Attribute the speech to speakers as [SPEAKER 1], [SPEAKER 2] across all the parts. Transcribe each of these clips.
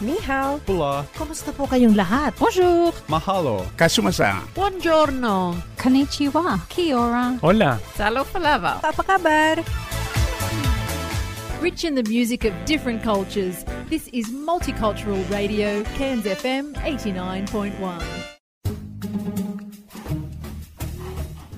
[SPEAKER 1] Ni hao.
[SPEAKER 2] Pula.
[SPEAKER 3] Kumusta po kayong lahat?
[SPEAKER 4] Bonjour.
[SPEAKER 2] Mahalo.
[SPEAKER 5] Kasumasa.
[SPEAKER 3] Buongiorno.
[SPEAKER 4] Konnichiwa. Kia ora.
[SPEAKER 6] Hola.
[SPEAKER 4] Salo palava.
[SPEAKER 1] Apa kabar?
[SPEAKER 3] Rich in the music of different cultures, this is Multicultural Radio, Cairns FM 89.1.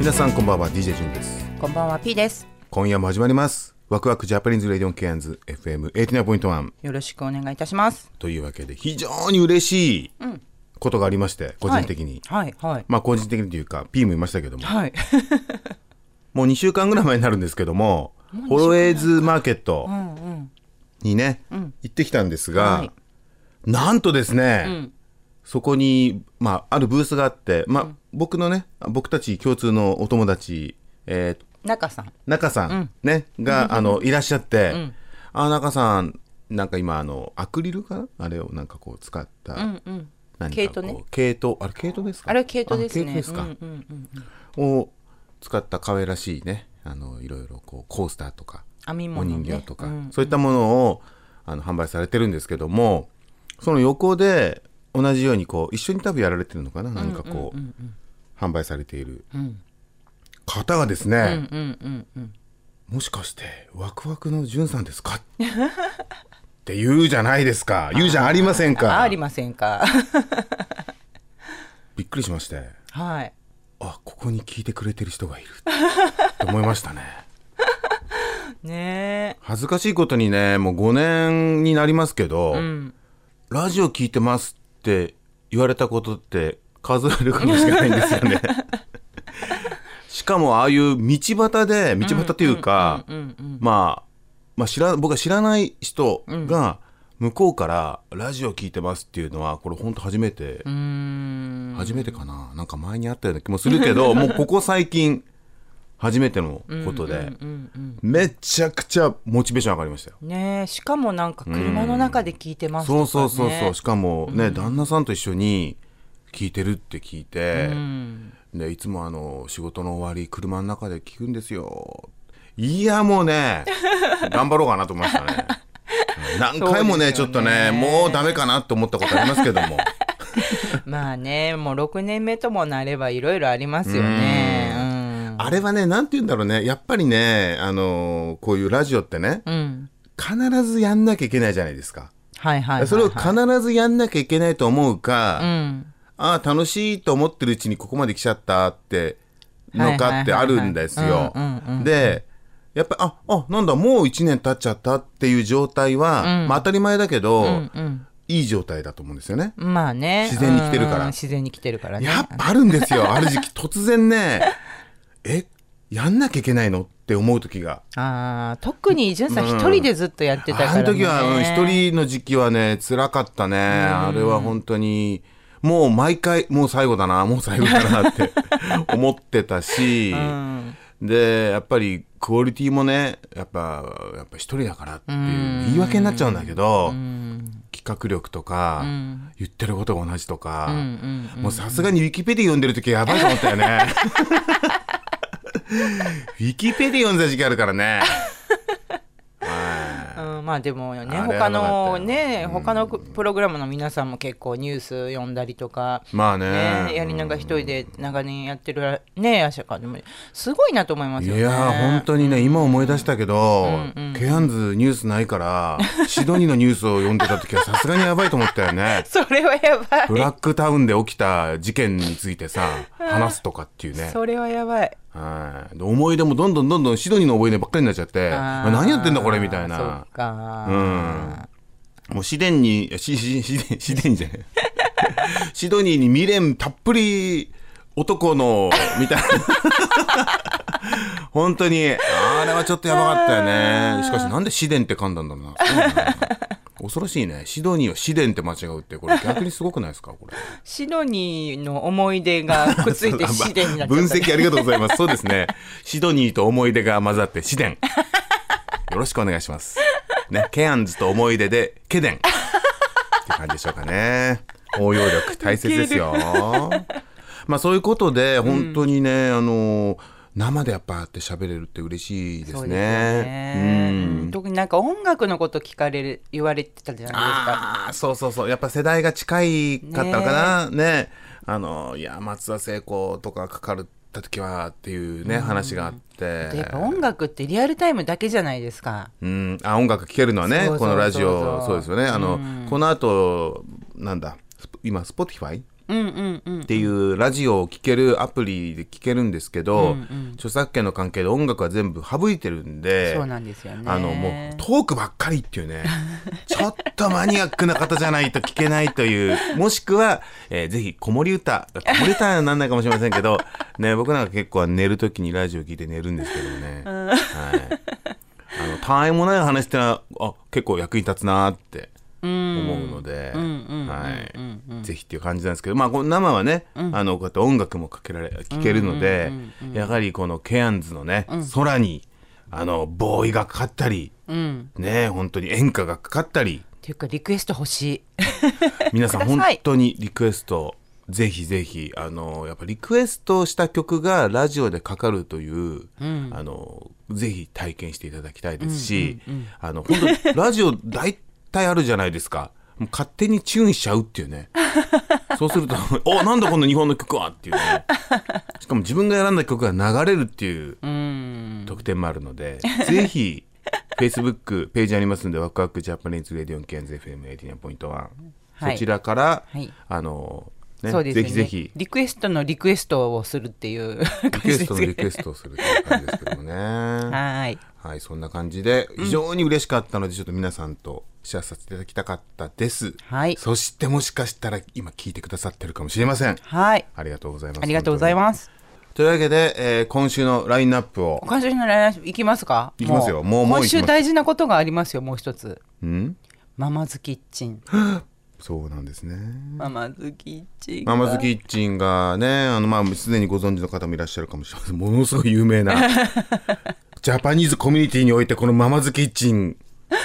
[SPEAKER 7] 皆さんこんばんは DJ ジュンです
[SPEAKER 8] こんばんは P です
[SPEAKER 7] 今夜も始まりますワクワクジャパニーズレディオンケアンズ FM89.1
[SPEAKER 8] よろしくお願いいたします
[SPEAKER 7] というわけで非常に嬉しいことがありまして個人的に、
[SPEAKER 8] はいはい
[SPEAKER 7] まあ個人的にというか P も言いましたけども
[SPEAKER 8] はい
[SPEAKER 7] もう2週間ぐらい前になるんですけどもホロエイズマーケットにね、行ってきたんですが、
[SPEAKER 8] はい
[SPEAKER 7] なんとですね、そこに、まあ、あるブースがあって、まあ僕のね僕たち共通のお友達、えー
[SPEAKER 8] 中さん
[SPEAKER 7] 中さん、ね、が、あの、いらっしゃって、あ、中さん、なんか今、あの、アクリルかなあれをなんかこう使った。何か
[SPEAKER 8] 毛糸ね
[SPEAKER 7] こう毛糸、あれ毛糸ですか
[SPEAKER 8] あれは毛糸ですね
[SPEAKER 7] あ毛糸ですか、を使った可愛らしいね、あの、いろいろこう、コースターとか、
[SPEAKER 8] 編み
[SPEAKER 7] お
[SPEAKER 8] 物ね
[SPEAKER 7] 人形とか、
[SPEAKER 8] うん
[SPEAKER 7] そういったものを、あの、販売されてるんですけども、その横で、同じようにこう、一緒に多分やられてるのかな何かこう、販売されている方がですね、もしかしてワクワクのじゅんさんですかって言うじゃないですか言うじゃありません
[SPEAKER 8] あ
[SPEAKER 7] か
[SPEAKER 8] ありませんか
[SPEAKER 7] びっくりしまして
[SPEAKER 8] はい
[SPEAKER 7] あここに聞いてくれてる人がいるって思いましたね
[SPEAKER 8] ね
[SPEAKER 7] 恥ずかしいことにねもう5年になりますけど、ラジオ聞いてますって言われたことって数えるかもしれないんですよ ねしかもああいう道端で道端というかまあまあ知ら僕は知らない人が向こうからラジオ聞いてますっていうのはこれ本当初めて初めてかななんか前にあったような気もするけ どもうここ最近初めてのことでめちゃくちゃモチベーション上がりましたよ
[SPEAKER 8] えねえしかもなんか車の中で聞いてますとか、
[SPEAKER 7] そ
[SPEAKER 8] ね、
[SPEAKER 7] うそうそうそうしかもね、旦那さんと一緒に聞いてるって聞いて、でいつもあの仕事の終わり車の中で聞くんですよいやもう ね頑張ろうかなと思いましたね何回もねち
[SPEAKER 8] そ
[SPEAKER 7] ょ
[SPEAKER 8] う
[SPEAKER 7] っ
[SPEAKER 8] です
[SPEAKER 7] と
[SPEAKER 8] よ
[SPEAKER 7] ね
[SPEAKER 8] ね
[SPEAKER 7] もうダメかなと思ったことありますけども
[SPEAKER 8] まあねもう6年目ともなればいろいろありますよねうん
[SPEAKER 7] あれはねなんて言うんだろうねやっぱりねあのこういうラジオってね
[SPEAKER 8] うん
[SPEAKER 7] 必ずやんなきゃいけないじゃないですか
[SPEAKER 8] はいはいはいはい
[SPEAKER 7] それを必ずやんなきゃいけないと思うか、
[SPEAKER 8] うん
[SPEAKER 7] ああ楽しいと思ってるうちにここまで来ちゃったっての
[SPEAKER 8] はいはいはいは
[SPEAKER 7] か
[SPEAKER 8] い
[SPEAKER 7] ってあるんですよ
[SPEAKER 8] うんうんうんう。
[SPEAKER 7] でやっぱりああなんだもう1年経っちゃったっていう状態は、まあ、当たり前だけど、
[SPEAKER 8] うん
[SPEAKER 7] いい状態だと思うんですよね。
[SPEAKER 8] まあね
[SPEAKER 7] 自然に来てるから
[SPEAKER 8] うん自然に来てるからね
[SPEAKER 7] やっぱあるんですよある時期突然ねえやんなきゃいけないのって思う時が。
[SPEAKER 8] あー特にジュンさん一人でずっとやってたから、
[SPEAKER 7] あ
[SPEAKER 8] ね
[SPEAKER 7] の時はうん一、人の時期はね辛かったね、あれは本当にもう毎回もう最後だなもう最後だなって 思ってたし、でやっぱりクオリティもねやっぱやっぱ一人だからっていう言い訳になっちゃうんだけど、企画力とか、言ってることが同じとか、もうさすがにウィキペディ読んでる時はやばいと思ったよ ね。ウィキペディ読んでた時期あるからね。
[SPEAKER 8] うん、まあでもね
[SPEAKER 7] あれはな
[SPEAKER 8] 他
[SPEAKER 7] かった
[SPEAKER 8] の
[SPEAKER 7] よ
[SPEAKER 8] ね他のプログラムの皆さんも結構ニュース読んだりとか、
[SPEAKER 7] まあね。
[SPEAKER 8] ね、やりながら一人で長年やってるねあしゃかでもすごいなと思いますよ
[SPEAKER 7] い
[SPEAKER 8] ね
[SPEAKER 7] やー本当にね、今思い出したけど、ケアンズニュースないからシドニーのニュースを読んでた時はさすがにやばいと思ったよ ね
[SPEAKER 8] それはやばい
[SPEAKER 7] ブラックタウンで起きた事件についてさ話すとかっていうね
[SPEAKER 8] それはやばい
[SPEAKER 7] はいで思い出もどんどんどんどんシドニーの思い出ばっかりになっちゃって
[SPEAKER 8] あー
[SPEAKER 7] 何やってんだこれみたい
[SPEAKER 8] そ
[SPEAKER 7] な
[SPEAKER 8] っか
[SPEAKER 7] もうシデンにシシシデンシデンじゃないシドニーに未練たっぷり男のみたいな 本当にあれはちょっとやばかったよねしかしなんでシデンって噛んだんだろうなそうだな恐ろしいねシドニーをシデンって間違うってこれ逆にすごくないですかこれ
[SPEAKER 8] シドニーの思い出がくっついてシデンになっちゃっ た、
[SPEAKER 7] 分析ありがとうございますそうですねシドニーと思い出が混ざってシ デンよろしくお願いしますねケアンズと思い出でケデンって感じでしょうかね応用力大切ですよまあそういうことで本当にね、あの生でやっぱああやって喋れるって嬉しいで
[SPEAKER 8] そ
[SPEAKER 7] す
[SPEAKER 8] うですよ
[SPEAKER 7] ね
[SPEAKER 8] ね
[SPEAKER 7] うん
[SPEAKER 8] 特になんか音楽のこと聞かれる言われてたじゃないですか
[SPEAKER 7] ああ、そうそうそう。やっぱ世代が近いかったのかな。ねあの、いや、松田聖子とかかかるた時はっていうね、話があって
[SPEAKER 8] で。やっぱ音楽ってリアルタイムだけじゃないですか。
[SPEAKER 7] うん、あ音楽聴けるのはね
[SPEAKER 8] そうそう
[SPEAKER 7] このラジ
[SPEAKER 8] そう
[SPEAKER 7] オ
[SPEAKER 8] そう
[SPEAKER 7] そうですよねあの、この後なんだスポ今 Spotify
[SPEAKER 8] うんうんうん。
[SPEAKER 7] っていうラジオを聴けるアプリで聴けるんですけど、著作権の関係で音楽は全部省いてるんで
[SPEAKER 8] そうなんですよね。
[SPEAKER 7] あのもうトークばっかりっていうね ちょっとマニアックな方じゃないと聞けないというもしくは、えーぜひ子守歌子守歌になんないかもしれませんけど、ね、僕なんか結構寝る時にラジオ聞いて寝るんですけどね、はい、あのたわいもない話ってのはあ結構役に立つなーって思うのではいぜひっていう感じなんですけど、まあ、この生はね、あのこうやって音楽もかけられ聞けるので、やはりこのケアンズのね、空にあのボーイがかかったり、ね本当に演歌がかかったり
[SPEAKER 8] っていうかリクエスト欲し
[SPEAKER 7] 皆さん
[SPEAKER 8] くだ
[SPEAKER 7] 本
[SPEAKER 8] さい
[SPEAKER 7] 当にリクエストぜひぜひあのやっぱリクエストした曲がラジオでかかるという、あのぜひ体験していただきたいですし、あの本当ラジオ大体あるじゃないですかもう勝手にチューンしちゃうっていうねそうすると「おなんだこの日本の曲は!」っていうねしかも自分が選んだ曲が流れるっていう
[SPEAKER 8] い。うん。
[SPEAKER 7] 特典もあるので、 ぜひ Facebook ページありますのでワクワクジャパニーズレディオンケンズ FM89.1、
[SPEAKER 8] はい
[SPEAKER 7] そちらから、
[SPEAKER 8] はい
[SPEAKER 7] あのね
[SPEAKER 8] そうです
[SPEAKER 7] ぜ
[SPEAKER 8] よね。
[SPEAKER 7] ひぜひリ
[SPEAKER 8] リクエストのリクエストをするっていう感
[SPEAKER 7] クエス
[SPEAKER 8] じで
[SPEAKER 7] トの
[SPEAKER 8] すけ
[SPEAKER 7] リ
[SPEAKER 8] ど
[SPEAKER 7] クエストをするという感じですけども ねは
[SPEAKER 8] はい。
[SPEAKER 7] い、そんな感じで非常に嬉しかったので、ちょっと皆さんとシェアさせていただきたかったです、
[SPEAKER 8] はい
[SPEAKER 7] そしてもしかしたら今聞いてくださってるかもしれません
[SPEAKER 8] はい。
[SPEAKER 7] ありがとうございます
[SPEAKER 8] ありがとうござい
[SPEAKER 7] す
[SPEAKER 8] ます。
[SPEAKER 7] というわけで、えー今週のラインナップを
[SPEAKER 8] 今週のライブ行きますか
[SPEAKER 7] 行きますよもうもう行
[SPEAKER 8] 今
[SPEAKER 7] きます
[SPEAKER 8] 週大事なことがありますよ、もう一つ。
[SPEAKER 7] うん
[SPEAKER 8] ママズキッチン。
[SPEAKER 7] そうなんですね
[SPEAKER 8] ママズキッチン。
[SPEAKER 7] ママズキッチンがねあのまあすでにご存知の方もいらっしゃるかもしれませんものすごい有名な ジャパニーズコミュニティにおいてこのママズキッチン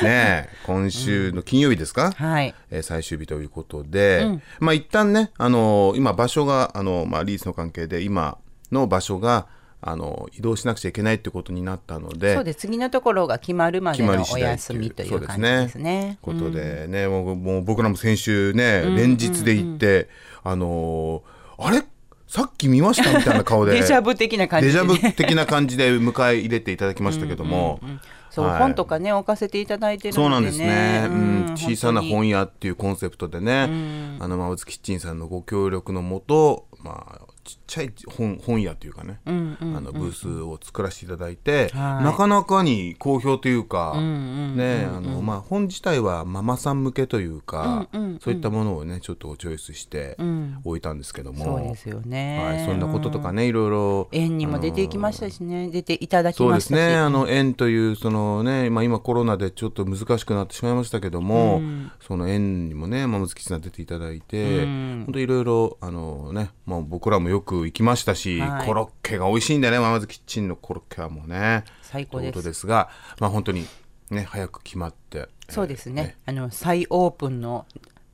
[SPEAKER 7] ね 今週の金曜日ですか、
[SPEAKER 8] はい。
[SPEAKER 7] えー最終日ということで、まあ一旦ねあの今場所があの、まあ、リースの関係で今の場所があの移動しなくちゃいけないってことになったので
[SPEAKER 8] そうです。次のところが決まるまで
[SPEAKER 7] 決ま
[SPEAKER 8] の
[SPEAKER 7] り次
[SPEAKER 8] お
[SPEAKER 7] 第
[SPEAKER 8] 休みとい
[SPEAKER 7] そう
[SPEAKER 8] う
[SPEAKER 7] で
[SPEAKER 8] 感
[SPEAKER 7] す
[SPEAKER 8] じ
[SPEAKER 7] ね
[SPEAKER 8] ですね。
[SPEAKER 7] ことでね、もうもう僕らも先週ね、連日で行って、あのーあれさっき見ましたみたいな顔で
[SPEAKER 8] デジャブ的な感じ
[SPEAKER 7] デ
[SPEAKER 8] で
[SPEAKER 7] ジ
[SPEAKER 8] ね
[SPEAKER 7] ャブ的な感じで迎え入れていただきましたけども、
[SPEAKER 8] そう、
[SPEAKER 7] はい
[SPEAKER 8] 本とかね置かせていただいてるの
[SPEAKER 7] そうな
[SPEAKER 8] で、ね、
[SPEAKER 7] んですね、うん
[SPEAKER 8] うん
[SPEAKER 7] 小さな
[SPEAKER 8] 本
[SPEAKER 7] 本屋っていうコンセプトでね、あのマウズキッチンさんのご協力のもと、まあ、ちっちゃい本本屋というかね、あのブースを作らせていただいて、
[SPEAKER 8] はい
[SPEAKER 7] なかなかに好評というか、ねあのまあ、本自体はママさん向けというか、そういったものをねちょっとチョイスして置いたんですけども、
[SPEAKER 8] 当にそうですよね、
[SPEAKER 7] はい、そんなことと
[SPEAKER 8] う
[SPEAKER 7] か
[SPEAKER 8] ん
[SPEAKER 7] ねいろいろ
[SPEAKER 8] 縁にも出ていきましたしね出ていただき
[SPEAKER 7] そう
[SPEAKER 8] ま
[SPEAKER 7] で
[SPEAKER 8] し
[SPEAKER 7] す
[SPEAKER 8] たし
[SPEAKER 7] ね、あの円というその、ね、まあ今コロナでちょっと難しくなってしまいましたけども、その円にもね、まあ、月さん出ていただいて、本当いろいろあの、ね、もう僕らもよく行きましたし、
[SPEAKER 8] はい
[SPEAKER 7] コロッケが美味しいんだよね、ママズキッチンのコロッケはもうね。
[SPEAKER 8] 最高で
[SPEAKER 7] とい
[SPEAKER 8] す
[SPEAKER 7] うことですが、まあ、本当に、ね、早く決まって。
[SPEAKER 8] そうですね、あの再オープンの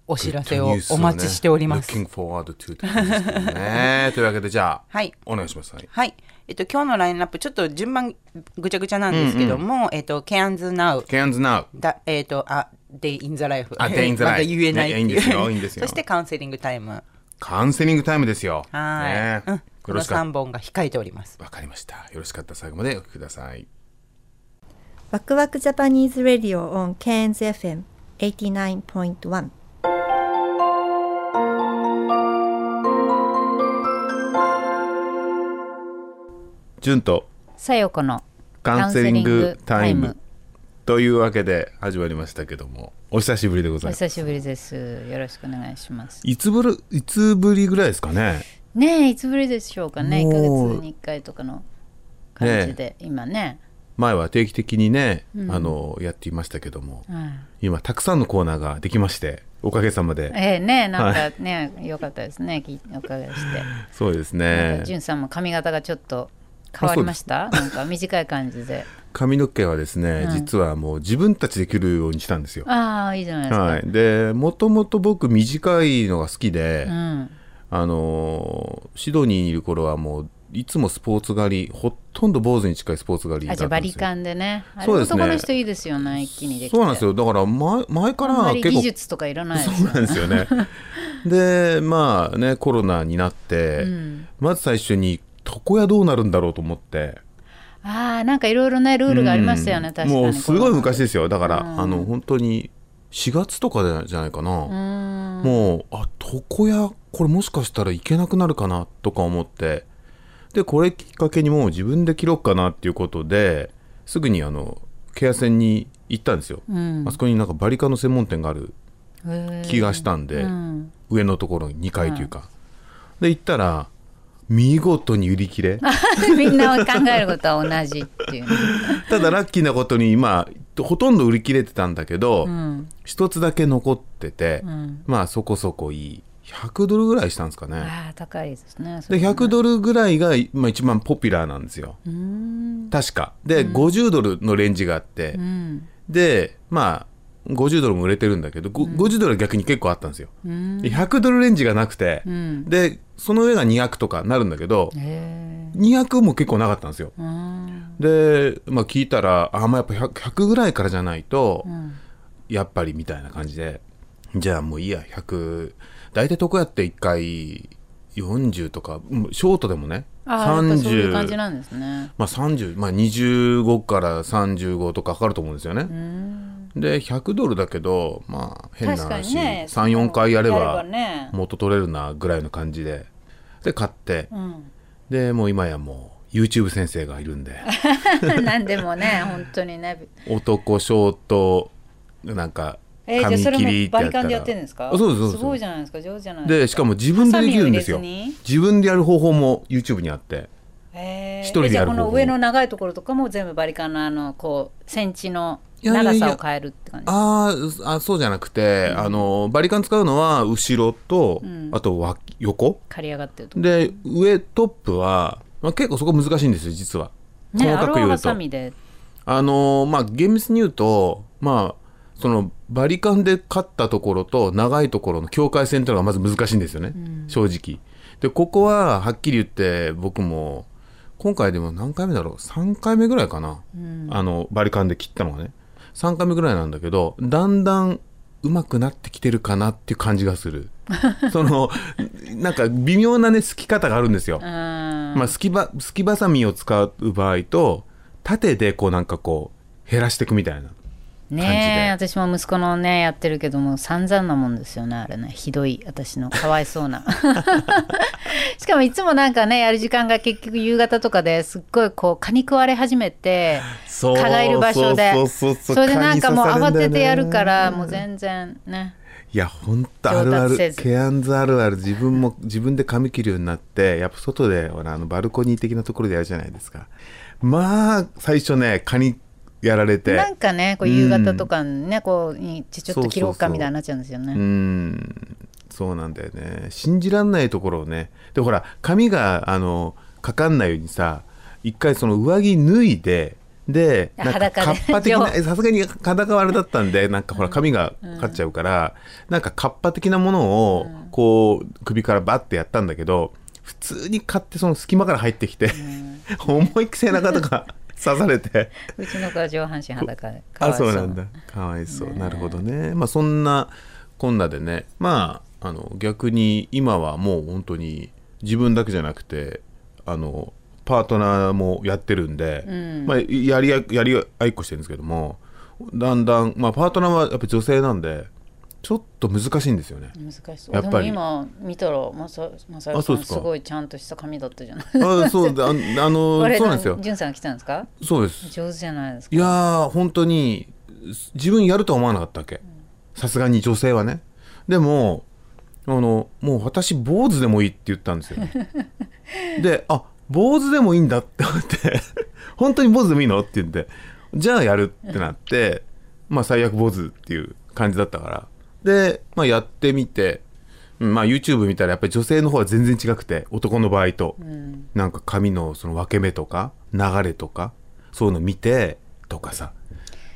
[SPEAKER 8] お知らせ
[SPEAKER 7] グッド
[SPEAKER 8] を
[SPEAKER 7] ニュース
[SPEAKER 8] お待ちしております、
[SPEAKER 7] ね、Looking forward to って感じですけど ね。というわけでじゃあ、
[SPEAKER 8] はい
[SPEAKER 7] お願いします。はい
[SPEAKER 8] はいえっと今日のラインナップちょっと順番ぐちゃぐちゃなんですけども、えっとケアンズナウ
[SPEAKER 7] Cans Now
[SPEAKER 8] だえっとあデイインザライフ
[SPEAKER 7] あ Day in the Life
[SPEAKER 8] まだ言えないってう
[SPEAKER 7] ねいいんですよいいんですよ
[SPEAKER 8] そしてカウンセリングタイム
[SPEAKER 7] カウンセリングタイムですよ。
[SPEAKER 8] はい、
[SPEAKER 7] ね
[SPEAKER 8] うん、
[SPEAKER 7] よ
[SPEAKER 8] こ
[SPEAKER 7] ろ
[SPEAKER 8] の
[SPEAKER 7] しかった
[SPEAKER 8] 三本が控えております
[SPEAKER 7] わかりました。よろしかったら最後までお聞きください。
[SPEAKER 1] ワクワクジャパニーズ・ラディオ on Cairns FM 89.1
[SPEAKER 7] 順と
[SPEAKER 2] さよこの
[SPEAKER 7] カウンセリングタイ
[SPEAKER 2] カウ
[SPEAKER 7] ム
[SPEAKER 2] ンセリング
[SPEAKER 7] というわけで始まりましたけども、お久しぶりでご
[SPEAKER 2] タイム
[SPEAKER 7] ざい
[SPEAKER 2] お
[SPEAKER 7] ます。
[SPEAKER 2] 久しぶりですよろしくお願いします
[SPEAKER 7] いつぶるいつぶりぐらいですかね。
[SPEAKER 2] ねえいつぶりでしょうかね1ヶ
[SPEAKER 7] もう
[SPEAKER 2] 月に1回とかの感じで今ね
[SPEAKER 7] 前は定期的にね、あのやっていましたけども、今たくさんのコーナーができましておかげさまで
[SPEAKER 2] ええねなんかね、よかったですねきおかげして
[SPEAKER 7] そうですね
[SPEAKER 2] じゅんさんも髪型がちょっと変わりましたなんか短い感じで
[SPEAKER 7] 髪の毛はですね、実はもう自分たちで切るようにしたんですよ。
[SPEAKER 2] ああいいじゃないですか、
[SPEAKER 7] はい、でもともと僕短いのが好きで、
[SPEAKER 2] うん
[SPEAKER 7] あのーシドニーにいる頃はもういつもスポーツ狩りほとんど坊主に近いスポーツ狩りだ
[SPEAKER 2] あ
[SPEAKER 7] っ
[SPEAKER 2] じゃ
[SPEAKER 7] た
[SPEAKER 2] あ
[SPEAKER 7] ん
[SPEAKER 2] バ
[SPEAKER 7] ですよ
[SPEAKER 2] リカンでねあれ
[SPEAKER 7] そうですね
[SPEAKER 2] 男の人いいですよね一気にできて
[SPEAKER 7] そうなんですよだから前前か
[SPEAKER 2] あんま
[SPEAKER 7] ら
[SPEAKER 2] り
[SPEAKER 7] 結
[SPEAKER 2] 技
[SPEAKER 7] 構
[SPEAKER 2] 術とかいらないで
[SPEAKER 7] そ
[SPEAKER 2] す
[SPEAKER 7] う
[SPEAKER 2] よ
[SPEAKER 7] なんですよねでまあねコロナになって、まず最初に床屋どうなるんだろうと思って
[SPEAKER 2] ああなんかいろいろねルールがありましたよね、
[SPEAKER 7] うん
[SPEAKER 2] 確かに
[SPEAKER 7] もうすごい昔ですすよだから、あの本当に4月とかじゃないかな、もうあ床屋これもしかしたらいけなくなるかなとか思ってでこれきっかけにもう自分で切ろうかなっていうことですぐにあのケア線に行ったんですよ、あそこになんかバリカンの専門店がある気がしたんで、上のところに2階というか、で行ったら見事に売り切れ
[SPEAKER 2] みんな考えることは同じっていうね、
[SPEAKER 7] ただラッキーなことに今ほとんど売り切れてたんだけど、一つだけ残ってて、まあそこそこいい100ドルぐらいしたんですかね、
[SPEAKER 2] ああ高いですねそ
[SPEAKER 7] で
[SPEAKER 2] れね
[SPEAKER 7] 100ドルぐらいが、まあ、一番ポピュラーなんですよ確かで、50ドルのレンジがあって、でまあ50ドルも売れてるんだけど、ご50ドルは逆に結構あったんですよ、で100ドルレンジがなくて、でその上が200とかなるんだけど200も結構なかったんですよで、まあ、聞いたらあ、まあ、やっぱ 100, 100ぐらいからじゃないと、やっぱりみたいな感じでじゃあもういいや100大体床屋って1回40とかうんショートでもね
[SPEAKER 2] ああやっぱそういう感じ
[SPEAKER 7] 30
[SPEAKER 2] なんですね
[SPEAKER 7] まあ30まあ25から35とかかかると思うんですよねで100ドルだけどまあ変な
[SPEAKER 2] 確かに
[SPEAKER 7] 話、
[SPEAKER 2] ね
[SPEAKER 7] 34回やれ
[SPEAKER 2] やれ
[SPEAKER 7] ば
[SPEAKER 2] ばね
[SPEAKER 7] 元取れるなぐらいの感じでで買って、でもう今やもう YouTube 先生がいるん で
[SPEAKER 2] なんでもね本当にね
[SPEAKER 7] 男ショートなんか
[SPEAKER 2] えー、じゃあ
[SPEAKER 7] 髪
[SPEAKER 2] それ
[SPEAKER 7] 切りっ
[SPEAKER 2] も
[SPEAKER 7] て
[SPEAKER 2] バ
[SPEAKER 7] や
[SPEAKER 2] リ
[SPEAKER 7] った
[SPEAKER 2] カ
[SPEAKER 7] ら
[SPEAKER 2] ンでやってるんですか
[SPEAKER 7] あそうですそうです
[SPEAKER 2] ごいじゃないですか上手じゃない
[SPEAKER 7] でしかも自分でできるんですよ
[SPEAKER 2] ハサミを入れずに
[SPEAKER 7] 自分でやる方法も YouTube にあって
[SPEAKER 2] えー
[SPEAKER 7] 一人でやる
[SPEAKER 2] えじゃあこ
[SPEAKER 7] 方
[SPEAKER 2] の
[SPEAKER 7] 法
[SPEAKER 2] 上の長いところとかも全部バリカンのあのこうセンチの
[SPEAKER 7] いやいや
[SPEAKER 2] 長
[SPEAKER 7] いや
[SPEAKER 2] さを変えるって感じ
[SPEAKER 7] あーあそうじゃなくて、あのバリカン使うのは後ろと、あとわ横
[SPEAKER 2] 刈り上がってるとこ
[SPEAKER 7] で上トップは、まあ、結構そこ難しいんですよ実は、
[SPEAKER 2] ね
[SPEAKER 7] 細
[SPEAKER 2] あ
[SPEAKER 7] か
[SPEAKER 2] れ
[SPEAKER 7] く
[SPEAKER 2] は
[SPEAKER 7] 言
[SPEAKER 2] ハ
[SPEAKER 7] うと
[SPEAKER 2] サミで
[SPEAKER 7] あのーまあ厳密に言うとまあそのバリカンで勝ったところと長いところの境界線っていうのがまず難しいんですよね、正直でここははっきり言って僕も今回でも何回目だろう3回目ぐらいかな、あのバリカンで切ったのがね3回目ぐらいなんだけどだんだん上手くなってきてるかなっていう感じがす るそのなんか微妙なねすき方があるんですよ、まあ、すきば、すきばさみを使う場合と、縦でこうなんかこう、減らしていくみたいな。
[SPEAKER 2] ねえ私も息子のねやってるけども散々なもんですよねあれねひどい私のかわいそうな しかもいつもなんかねやる時間が結局夕方とかですっごいこう蚊に食われ始めて
[SPEAKER 7] そう
[SPEAKER 2] 蚊がいる場所で
[SPEAKER 7] そうそうそうそう
[SPEAKER 2] それでなんかもう
[SPEAKER 7] 蚊に刺されん
[SPEAKER 2] 慌
[SPEAKER 7] だよね
[SPEAKER 2] ててやるからもう全然ね
[SPEAKER 7] いや、ほんとあるあ
[SPEAKER 2] 上達せ
[SPEAKER 7] る、
[SPEAKER 2] ず
[SPEAKER 7] ケアンズあるある、自分も、自分で髪切るようになって、やっぱ外で、ほら、あの、バルコニー的なところでやるじゃないですか。まあ、最初ね、蚊にやられて。
[SPEAKER 2] なんかねこう夕方とかね、こうにちょっと切ろ
[SPEAKER 7] そ
[SPEAKER 2] う
[SPEAKER 7] うそう
[SPEAKER 2] か
[SPEAKER 7] そう
[SPEAKER 2] みたいになっちゃうんですよね
[SPEAKER 7] うーんそうなんだよね信じらんないところをねでほら髪があのかかんないようにさ一回その上着脱いでで
[SPEAKER 2] あ
[SPEAKER 7] なんか
[SPEAKER 2] 裸で
[SPEAKER 7] カッパ的な
[SPEAKER 2] 上
[SPEAKER 7] さすがに裸はあれだったんでなんかほら髪がかかっちゃうから、なんかカッパ的なものをこう首からバッてやったんだけど普通に買ってその隙間から入ってきて、 思いっきり背中とか 刺されて。
[SPEAKER 2] うちの子は上半身裸でかわ
[SPEAKER 7] あ
[SPEAKER 2] いそ
[SPEAKER 7] そううなんだかわいそう、なるほどねまあそんなこんなでねまああの逆に今はもう本当に自分だけじゃなくてあのパートナーもやってるんで、まあ、やりあやりあいっこしてるんですけどもだんだん、まあ、パートナーはやっぱ女性なんでちょっと難しいんですよね。
[SPEAKER 2] 難しそう
[SPEAKER 7] や
[SPEAKER 2] で
[SPEAKER 7] っ
[SPEAKER 2] も
[SPEAKER 7] ぱり
[SPEAKER 2] 今見たらまさまさ
[SPEAKER 7] あ
[SPEAKER 2] さ
[SPEAKER 7] そうんです
[SPEAKER 2] す
[SPEAKER 7] か
[SPEAKER 2] ごいちゃんとした髪だったじゃない
[SPEAKER 7] あそうだああ の
[SPEAKER 2] あれ
[SPEAKER 7] そうなんですよ
[SPEAKER 2] じゅんさんが来たんですか
[SPEAKER 7] そうです
[SPEAKER 2] 上手じゃないですか
[SPEAKER 7] いやー本当に自分やるとは思わなかったわけさすがに女性はねでもあのもう私坊主でもいいって言ったんですよであ坊主でもいいんだって思って 「本当に坊主でもいいの?」って言って「じゃあやる」ってなってまあ最悪坊主っていう感じだったからで、まあ、やってみて、うんまあ、YouTube 見たらやっぱり女性の方は全然違くて男の場合と、なんか髪のその分け目とか流れとかそういうの見てとかさ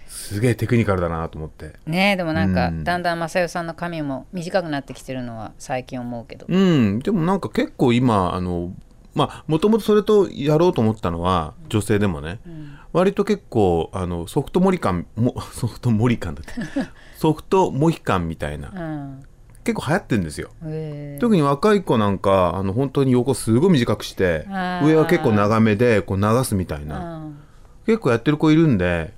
[SPEAKER 7] すげえテクニカルだなと思って
[SPEAKER 2] ねえでもなんか、
[SPEAKER 7] うん
[SPEAKER 2] だんだん正代さんの髪も短くなってきてるのは最近思うけど、
[SPEAKER 7] うん、でもなんか結構今あのまあもともとそれとやろうと思ったのは女性でもね、割と結構あのソフトモリカンも ソフトモリカン だってソフトモヒカンみたいな、
[SPEAKER 2] うん
[SPEAKER 7] 結構流行ってるんですよ、
[SPEAKER 2] へえ
[SPEAKER 7] 特に若い子なんかあの本当に横すごい短くして
[SPEAKER 2] あー
[SPEAKER 7] 上は結構長めでこう流すみたいな、結構やってる子いるんで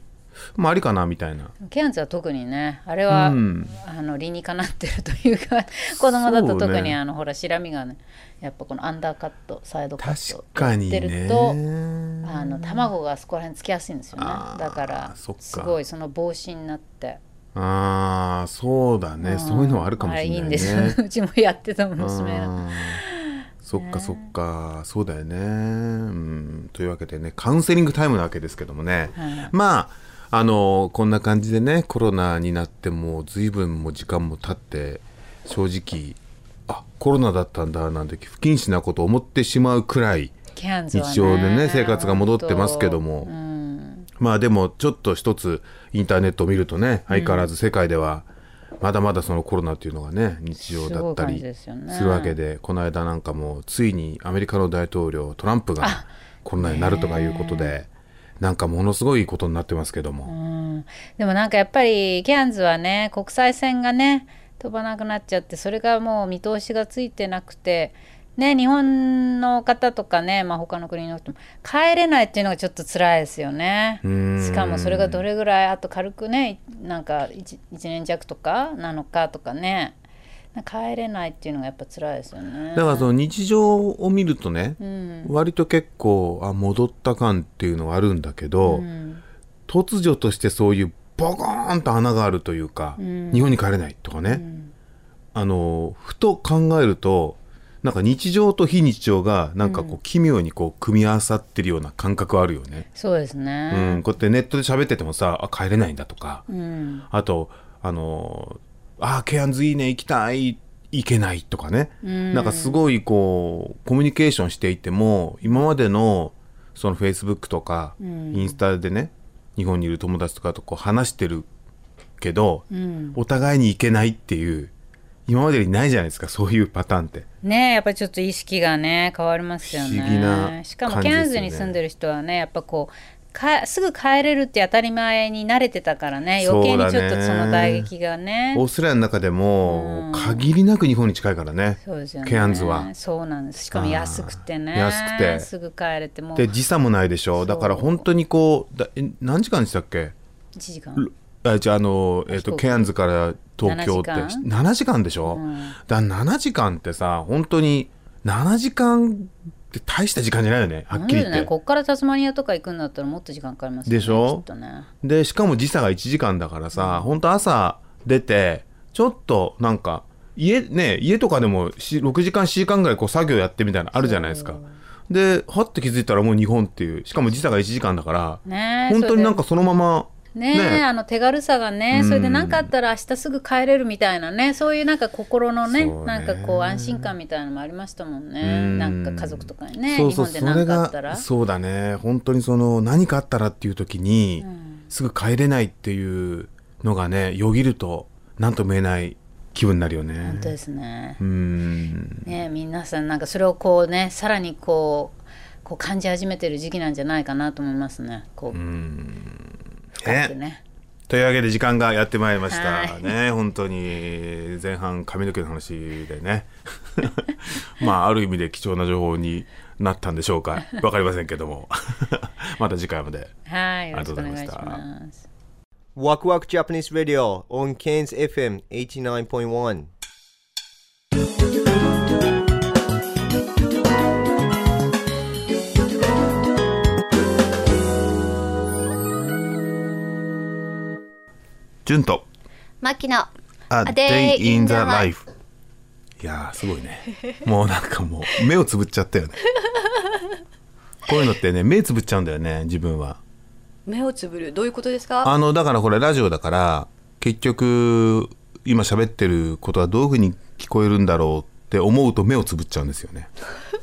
[SPEAKER 7] まあありかなみたいな
[SPEAKER 2] うんケアンズは特にねあれは、
[SPEAKER 7] うん
[SPEAKER 2] あの理にかなってるというか 子供だと特
[SPEAKER 7] そう
[SPEAKER 2] に、
[SPEAKER 7] ね
[SPEAKER 2] あのほら白身がねやっぱこのアンダーカットサイドカット
[SPEAKER 7] 確かに
[SPEAKER 2] やって
[SPEAKER 7] ね
[SPEAKER 2] るとあの卵があそこら辺つきやすいんですよね
[SPEAKER 7] あー
[SPEAKER 2] だから
[SPEAKER 7] そっか
[SPEAKER 2] すごいその防止になって
[SPEAKER 7] ああそうだね、そういうのはあるかもしれないね
[SPEAKER 2] あいいんですよ うちもやってた娘が
[SPEAKER 7] あーそっかそっか、そうだよね、うん。というわけでねカウンセリングタイムなわけですけどもね、まああのこんな感じでねコロナになってもう随分もう時間も経って正直あコロナだったんだなんて不謹慎なことを思ってしまうくらい
[SPEAKER 2] ケアンズはね
[SPEAKER 7] 日常でね生活が戻ってますけども、
[SPEAKER 2] うん
[SPEAKER 7] まあでもちょっと一つインターネットを見るとね相変わらず世界ではまだまだそのコロナっていうのがね日常だった
[SPEAKER 2] すごい感
[SPEAKER 7] り
[SPEAKER 2] じですよね
[SPEAKER 7] するわけでこの間なんかもうついにアメリカの大統領トランプがコロナになるとかいうことでなんかものすごいことになってますけども
[SPEAKER 2] うんでもなんかやっぱりケアンズはね国際線がね飛ばなくなっちゃってそれがもう見通しがついてなくてね日本の方とかね、まあ、他の国の人も帰れないっていうのがちょっと辛いですよね
[SPEAKER 7] うん
[SPEAKER 2] しかもそれがどれぐらいあと軽くねなんか 1, 年弱とかなのかとかねなんか帰れないっていうのがやっぱ辛いですよね
[SPEAKER 7] だからその日常を見るとね
[SPEAKER 2] うん
[SPEAKER 7] 割と結構あ戻った感っていうのはあるんだけど、
[SPEAKER 2] うん
[SPEAKER 7] 突如としてそういうボコーンと穴があるというか、
[SPEAKER 2] ん
[SPEAKER 7] 日本に帰れないとかね、あのふと考えるとなんか日常と非日常がなんかこう奇妙にこう組み合わさってるような感覚はあるよね。
[SPEAKER 2] そうです
[SPEAKER 7] うん
[SPEAKER 2] ね
[SPEAKER 7] こうやってネットで喋っててもさあ帰れないんだとか、
[SPEAKER 2] うん
[SPEAKER 7] あとあのあーケアンズいいね行きたい行けないとかね、なんかすごいこうコミュニケーションしていても今までのそのフェイスブックとか、インスタでね日本にいる友達とかとこう話してるけど、
[SPEAKER 2] うん
[SPEAKER 7] お互いに行けないっていう今までにないじゃないですかそういうパターンって
[SPEAKER 2] ねえやっぱちょっと意識がね変わりますよね
[SPEAKER 7] 不思議な
[SPEAKER 2] しかも
[SPEAKER 7] 感じですよ
[SPEAKER 2] ケ
[SPEAKER 7] ね
[SPEAKER 2] アンズに住んでる人はねやっぱこうかすぐ帰れるって当たり前に慣れてたからね余計にちょっとその打撃がね
[SPEAKER 7] オーストラリアの中でも限りなく日本に近いからね
[SPEAKER 2] そうですよね
[SPEAKER 7] ケアンズは
[SPEAKER 2] そうなんですしかも安くてね
[SPEAKER 7] あー安くて
[SPEAKER 2] すぐ帰れてもう
[SPEAKER 7] で
[SPEAKER 2] 1
[SPEAKER 7] 時差もないでしょだから本当にこうだえ何時間でしたっけ
[SPEAKER 2] 時間
[SPEAKER 7] あじゃああの、えっ
[SPEAKER 2] 飛
[SPEAKER 7] と
[SPEAKER 2] 行機
[SPEAKER 7] ケアンズから東京って
[SPEAKER 2] 7時間
[SPEAKER 7] 7時間でしょ、だから7時間ってさ本当に7時間って大した時間じゃないよねはっきり言
[SPEAKER 2] なん
[SPEAKER 7] って
[SPEAKER 2] でねこっからタスマニアとか行くんだったらもっと時間かかりますよね
[SPEAKER 7] でしょ
[SPEAKER 2] きっとね
[SPEAKER 7] でしかも時差が1時間だからさ本当朝出てちょっとなんか家ね家とかでもし6時間4時間ぐらいこう作業やってみたいなのあるじゃないですかではって気づいたらもう日本っていうしかも時差が1時間だから、
[SPEAKER 2] ねえ
[SPEAKER 7] 本当になんかそのまま
[SPEAKER 2] ねえ
[SPEAKER 7] ねえ
[SPEAKER 2] あの手軽さがね、それで何かあったら明日すぐ帰れるみたいなねそういうなんか心のね
[SPEAKER 7] そうね
[SPEAKER 2] なんかこう安心感みたいなのもありましたもんね、
[SPEAKER 7] ん
[SPEAKER 2] なんか家族とかにね
[SPEAKER 7] そうそう
[SPEAKER 2] 日
[SPEAKER 7] そ
[SPEAKER 2] 本で
[SPEAKER 7] れ
[SPEAKER 2] 何かあったら
[SPEAKER 7] がそうだね本当にその何かあったらっていう時に、すぐ帰れないっていうのがねよぎると何とも言えない気分になるよね
[SPEAKER 2] 本当ですね
[SPEAKER 7] う、ん
[SPEAKER 2] ねえ皆さんなんかそれをこうねさらにこうこう感じ始めてる時期なんじゃないかなと思いますねこう、深くね
[SPEAKER 7] というわけで時間がやってまいりました、
[SPEAKER 2] はい
[SPEAKER 7] ね本当に前半髪の毛の話でね まあある意味で貴重な情報になったんでしょうかわかりませんけども また次回まで
[SPEAKER 2] はいよろしくお願い
[SPEAKER 7] あり
[SPEAKER 2] し
[SPEAKER 7] がとうござい
[SPEAKER 2] ます
[SPEAKER 5] Waku Waku Japanese Radio on Cairns FM 89.1.
[SPEAKER 7] 「純と
[SPEAKER 6] マキの
[SPEAKER 7] A
[SPEAKER 6] Day in the
[SPEAKER 7] Life」いやーすごいねもうなんかもう目をつぶっちゃったよねこういうのってね目つぶっちゃうんだよね自分は
[SPEAKER 9] 目をつぶるどういうことですか
[SPEAKER 7] あのだからこれラジオだから結局今喋ってることはどういうふうに聞こえるんだろうって思うと目をつぶっちゃうんですよね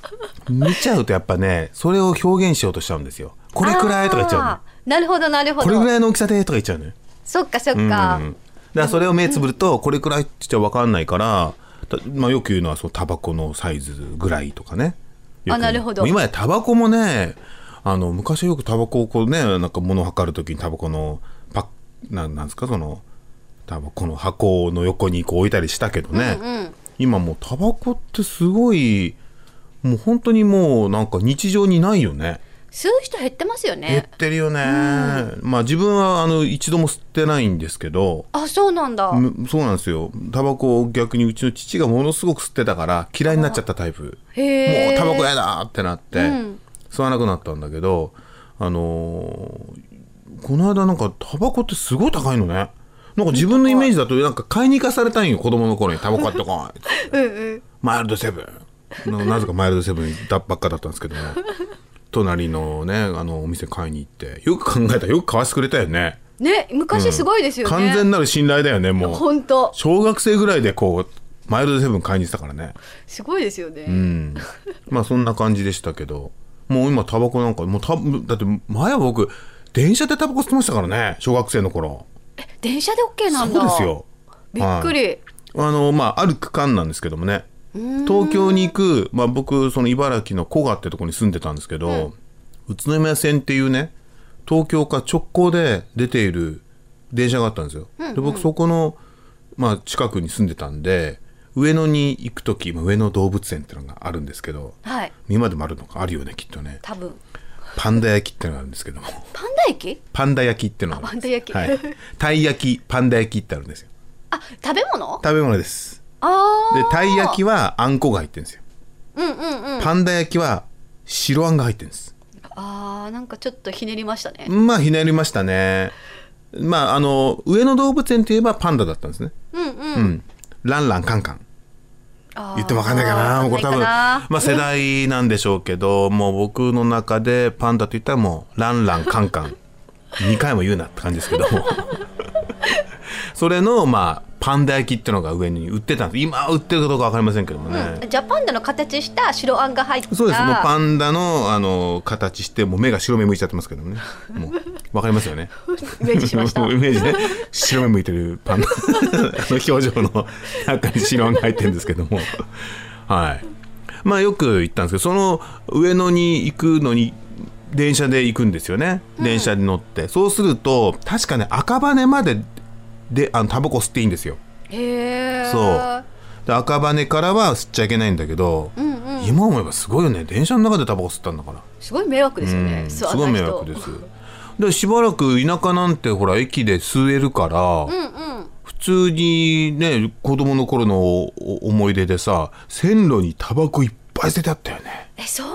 [SPEAKER 7] 見ちゃうとやっぱねそれを表現しようとしちゃうんですよこれくらいとか言っちゃうの
[SPEAKER 9] あーなるほどなるほ
[SPEAKER 7] これぐ
[SPEAKER 9] ど
[SPEAKER 7] らいの大きさでとか言っちゃうのよ
[SPEAKER 9] そっかそっか、
[SPEAKER 7] うんうんうんだからそれを目つぶるとこれくらいって言っちゃ分かんないから、たまあ、よく言うのはそうタバコのサイズぐらいとかねよく言う
[SPEAKER 9] あなるほど
[SPEAKER 7] 今やタバコもねあの昔はよくタバコをこうねなんか物を測る時にタバコのパッなんなんですかそのタバコの箱の横にこう置いたりしたけどね、今もうタバコってすごいもう本当にもうなんか日常にないよね
[SPEAKER 9] 吸う人減ってますよ
[SPEAKER 7] 減っ
[SPEAKER 9] ね
[SPEAKER 7] てるよね、まあ自分はあの一度も吸ってないんですけど
[SPEAKER 9] あそうなんだ、
[SPEAKER 7] むそうなんですよタバコを逆にうちの父がものすごく吸ってたから嫌いになっちゃったタイプ
[SPEAKER 9] へ
[SPEAKER 7] もう
[SPEAKER 9] え
[SPEAKER 7] タバコやだってなって、
[SPEAKER 9] ん
[SPEAKER 7] 吸わなくなったんだけどあのーこの間なんかタバコってすごい高いのねなんか自分のイメージだとなんか買いに行かされたんよ子供の頃にタバコ買ってこいって マイルドセブンななぜかマイルドセブンだばっかだったんですけども隣のねあのお店買いに行ってよく考えたらよく買わせてくれたよね
[SPEAKER 9] ね昔すごいですよね、
[SPEAKER 7] 完全なる信頼だよねもう
[SPEAKER 9] 本当
[SPEAKER 7] 小学生ぐらいでこうマイルドセブン買いに行ってたからね
[SPEAKER 9] すごいですよね、
[SPEAKER 7] うんまあそんな感じでしたけどもう今タバコなんかもうただって前は僕電車でタバコ吸ってましたからね小学生の頃
[SPEAKER 9] 電車で OK なん
[SPEAKER 7] そ
[SPEAKER 9] だ
[SPEAKER 7] うですよ
[SPEAKER 9] びっくり、
[SPEAKER 7] あのまあある区間なんですけどもね東京に行く、まあ、僕その茨城の古河ってとこに住んでたんですけど、宇都宮線っていうね東京から直行で出ている電車があったんですよ。で僕そこの、まあ、近くに住んでたんで上野に行く時まあ上野動物園ってのがあるんですけど
[SPEAKER 9] はい
[SPEAKER 7] 今でもあるのかあるよねきっとね
[SPEAKER 9] 多分
[SPEAKER 7] パンダ焼きってのがあるんですけども
[SPEAKER 9] パンダ駅
[SPEAKER 7] パンダ焼きってのがあるんですよ
[SPEAKER 9] あパンダ焼き
[SPEAKER 7] はい、たい焼きパンダ焼きってあるんですよ
[SPEAKER 9] あ食べ物
[SPEAKER 7] 食べ物です
[SPEAKER 9] あ
[SPEAKER 7] で
[SPEAKER 9] あ
[SPEAKER 7] たい焼きはあんこが入ってるんですよ
[SPEAKER 9] うんうんうん
[SPEAKER 7] パンダ焼きは白あんが入ってるんです。
[SPEAKER 9] あーなんかちょっとひねりましたね
[SPEAKER 7] まあひねりましたね。まああの上野動物園といえばパンダだったんですね。
[SPEAKER 9] うんうん
[SPEAKER 7] うん。ランランカンカン。言ってもわかんないかな。もうこれ多分
[SPEAKER 9] わ
[SPEAKER 7] まあ世代なんでしょうけど、もう僕の中でパンダと言ったらもうランランカンカン。2回も言うなって感じですけど も。それのまあパンダ焼きってのが上に売ってたんです。今は売ってるかどうかわかりませんけどもね。
[SPEAKER 9] ジャパンダの形した白あんが入った
[SPEAKER 7] そうですもうパンダのあの形してもう目が白目向いちゃってますけど もねもうわかりますよね
[SPEAKER 9] イメージしました
[SPEAKER 7] もうイメージね白目向いてるパン ダあの表情の中に白あんが入ってるんですけどもはいまあよく行ったんですけどその上野に行くのに電車で行くんですよね電車に乗って、そうすると確かね赤羽までであのタバコ吸っていいんですよ
[SPEAKER 9] へえ
[SPEAKER 7] そうで赤羽からは吸っちゃいけないんだけど、今思えばすごいよね電車の中でタバコ吸ったんだから
[SPEAKER 9] すごい迷惑ですよね、
[SPEAKER 7] うんす
[SPEAKER 9] 吸
[SPEAKER 7] ごい
[SPEAKER 9] わない人
[SPEAKER 7] 迷惑ですでしばらく田舎なんてほら駅で吸えるから、普通にね子供の頃のおお思い出でさ線路にタバコいっぱい捨ててあったよね
[SPEAKER 9] えそう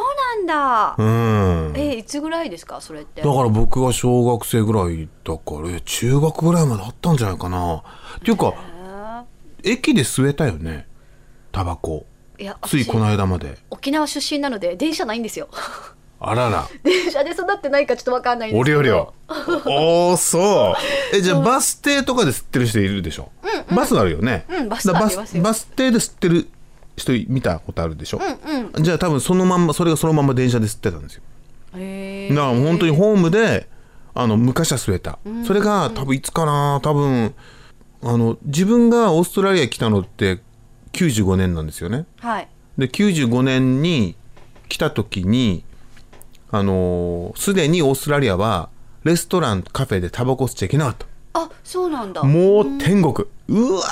[SPEAKER 9] なんだ、
[SPEAKER 7] うん
[SPEAKER 9] えいつぐらいですかそれって
[SPEAKER 7] だから僕は小学生ぐらいだからえ中学ぐらいまであったんじゃないかなっていうか駅で吸えたよねタバコ
[SPEAKER 9] いや
[SPEAKER 7] ついこの
[SPEAKER 9] 私
[SPEAKER 7] 間まで
[SPEAKER 9] 沖縄出身なので電車ないんですよ
[SPEAKER 7] あらら
[SPEAKER 9] 電車で育ってないかちょっとわかんないんです
[SPEAKER 7] お
[SPEAKER 9] けど
[SPEAKER 7] 料理 をおーそうえじゃあバス停とかで吸ってる人いるでしょ、バスあるよね、
[SPEAKER 9] うんバスあり
[SPEAKER 7] だから
[SPEAKER 9] ま
[SPEAKER 7] バ
[SPEAKER 9] すよ
[SPEAKER 7] スバス停で吸ってる人見たことあるでしょ、じゃあ多分そのまんまそれがそのまま電車で吸ってたんですよ
[SPEAKER 9] へ
[SPEAKER 7] だからもう本当にホームであの昔は吸えた、それが多分いつかな多分あの自分がオーストラリア来たのって95年なんですよね
[SPEAKER 9] ーはい
[SPEAKER 7] で95年に来た時にあのーすでにオーストラリアはレストランカフェでタバコ吸っちゃいけなかっ
[SPEAKER 9] あそうなんだ
[SPEAKER 7] たもう天国うわ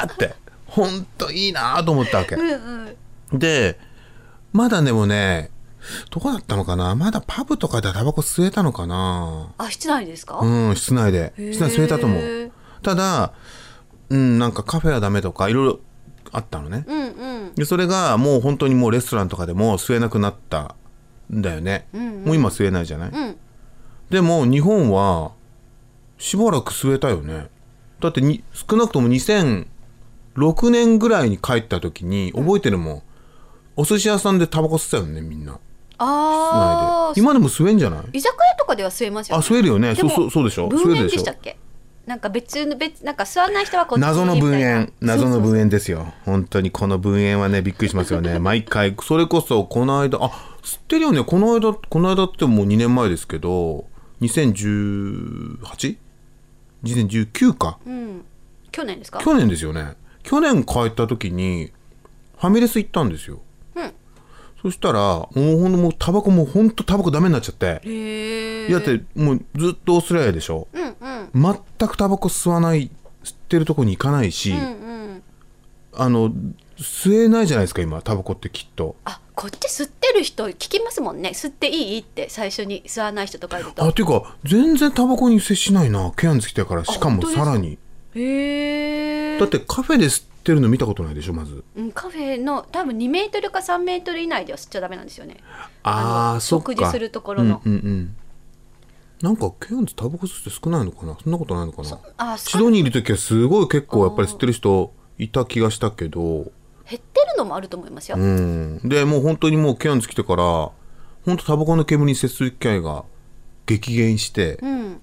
[SPEAKER 7] ーってほんといいなーと思ったわけでまだでもねどこだったのかなまだパブとかでタバコ吸えたのかな
[SPEAKER 9] あ室内ですか、
[SPEAKER 7] うん、室内で。室内吸えたと思
[SPEAKER 9] へー
[SPEAKER 7] う。ただ、うん、なんかカフェはダメとか、いろいろあったのね。でそれがもう本当にもうレストランとかでも吸えなくなったんだよね。もう今吸えないじゃない、でも日本はしばらく吸えたよね。だってに少なくとも2006年ぐらいに帰った時に覚えてるもん。お寿司屋さんでタバコ吸ってたよね、みんな。
[SPEAKER 9] ああ。
[SPEAKER 7] 今でも吸えんじゃない
[SPEAKER 9] 居酒屋とかでは吸えますよ、ね。
[SPEAKER 7] あ吸えるよね
[SPEAKER 9] も
[SPEAKER 7] そうそうそうでしょ
[SPEAKER 9] 分煙
[SPEAKER 7] 吸えるでし
[SPEAKER 9] で
[SPEAKER 7] ょ
[SPEAKER 9] したっけ？なんか別の別なんか吸わない人はこっち
[SPEAKER 7] 謎の分
[SPEAKER 9] みたいな
[SPEAKER 7] 煙謎の分煙ですよ本当にこの分煙はねびっくりしますよ ね毎回それこそこの間あ吸ってるよねこの間この間ってもう2年前ですけど 2018?2019 か
[SPEAKER 9] うん。去年ですか？
[SPEAKER 7] 去年ですよね去年帰った時にファミレス行ったんですよ、
[SPEAKER 9] うん
[SPEAKER 7] そしたらもうほんともうタバコもうほんとタバコダメになっちゃって
[SPEAKER 9] へえ。
[SPEAKER 7] だってもうずっとオーストラリアでしょ
[SPEAKER 9] うんうん
[SPEAKER 7] 全くタバコ吸わない吸ってるとこに行かないし、
[SPEAKER 9] うんうん。
[SPEAKER 7] あの吸えないじゃないですか今タバコってきっと。
[SPEAKER 9] あこっち吸ってる人聞きますもんね。吸っていいって最初に吸わない人とかいる
[SPEAKER 7] あ
[SPEAKER 9] と。
[SPEAKER 7] っていうか全然タバコに接しないなケアンズ来てからしかも
[SPEAKER 9] 本当です
[SPEAKER 7] さ
[SPEAKER 9] から
[SPEAKER 7] に
[SPEAKER 9] へえ。
[SPEAKER 7] だってカフェで吸ってるの見たことないでしょまず
[SPEAKER 9] うんカフェの多分2メートルか3メートル以内では吸っちゃダメなんですよね。
[SPEAKER 7] あ
[SPEAKER 9] の
[SPEAKER 7] あそっか
[SPEAKER 9] 食事するところの
[SPEAKER 7] うんうんうんなんかケアンズタバコ吸って少ないのかなそんなことないのかな
[SPEAKER 9] あ少
[SPEAKER 7] シドニーいる時はすごい結構やっぱり吸ってる人いた気がしたけど
[SPEAKER 9] 減ってるのもあると思いますよ。
[SPEAKER 7] うんでもう本当にもうケアンズ来てから本当タバコの煙に接する機会が激減して、
[SPEAKER 9] うん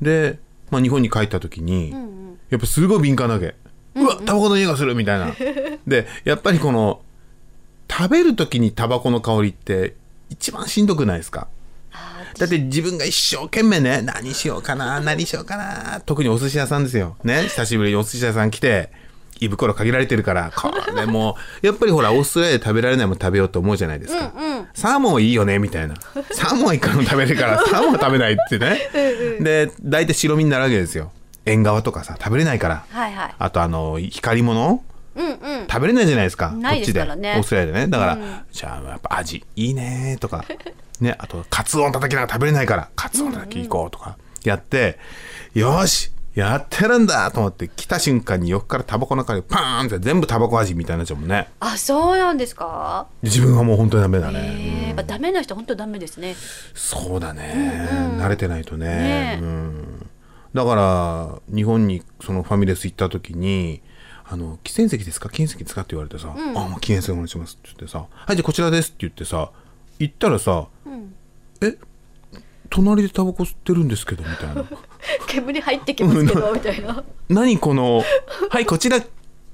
[SPEAKER 7] で、まあ、日本に帰った時に、
[SPEAKER 9] うんうん。
[SPEAKER 7] やっぱすごい敏感なわけ。うわ、タバコの匂いがするみたい な。で、やっぱりこの、食べる時にタバコの香りって一番しんどくないですかだって自分が一生懸命ね、何しようかな、何しようかな、特にお寿司屋さんですよ。ね、久しぶりにお寿司屋さん来て、胃袋限られてる から、これもう、やっぱりほら、オーストラリアで食べられないもの食べようと思うじゃないですか。サーモンいいよね、みたいな。サーモンはいくらも食べるから、サーモンは食べないってね。で、大体白身になるわけですよ。縁側とかさ、食べれないから。
[SPEAKER 9] はいはい。
[SPEAKER 7] あとあの光り物
[SPEAKER 9] うんうん。
[SPEAKER 7] 食べれないじゃないですか
[SPEAKER 9] ないですからね
[SPEAKER 7] こっちでオーストラリアでねだから、じゃあやっぱアジいいねとかねあとカツオのたたきなんか食べれないからカツオのたたき行こうとかやって、よしやってるんだと思って来た瞬間に横からタバコの中にパーンって全部タバコ味みたいになっちゃうもんね
[SPEAKER 9] あそうなんですか。
[SPEAKER 7] 自分はもう本当にダメだ
[SPEAKER 9] え
[SPEAKER 7] ね、
[SPEAKER 9] ー、やっぱダメな人本当ダメですね。
[SPEAKER 7] そうだね、慣れてないとね
[SPEAKER 9] ね
[SPEAKER 7] う
[SPEAKER 9] え
[SPEAKER 7] ん、だから日本にそのファミレス行った時に「あの喫煙席ですか喫煙席ですか?」って言われてさ「あもう喫煙席お願いします」って言ってさ「はいじゃあこちらです」って言ってさ行ったらさ「え隣でタバコ吸ってるんですけど」みたいな
[SPEAKER 9] 煙入ってきますけどみたいな。
[SPEAKER 7] 「何このはいこちら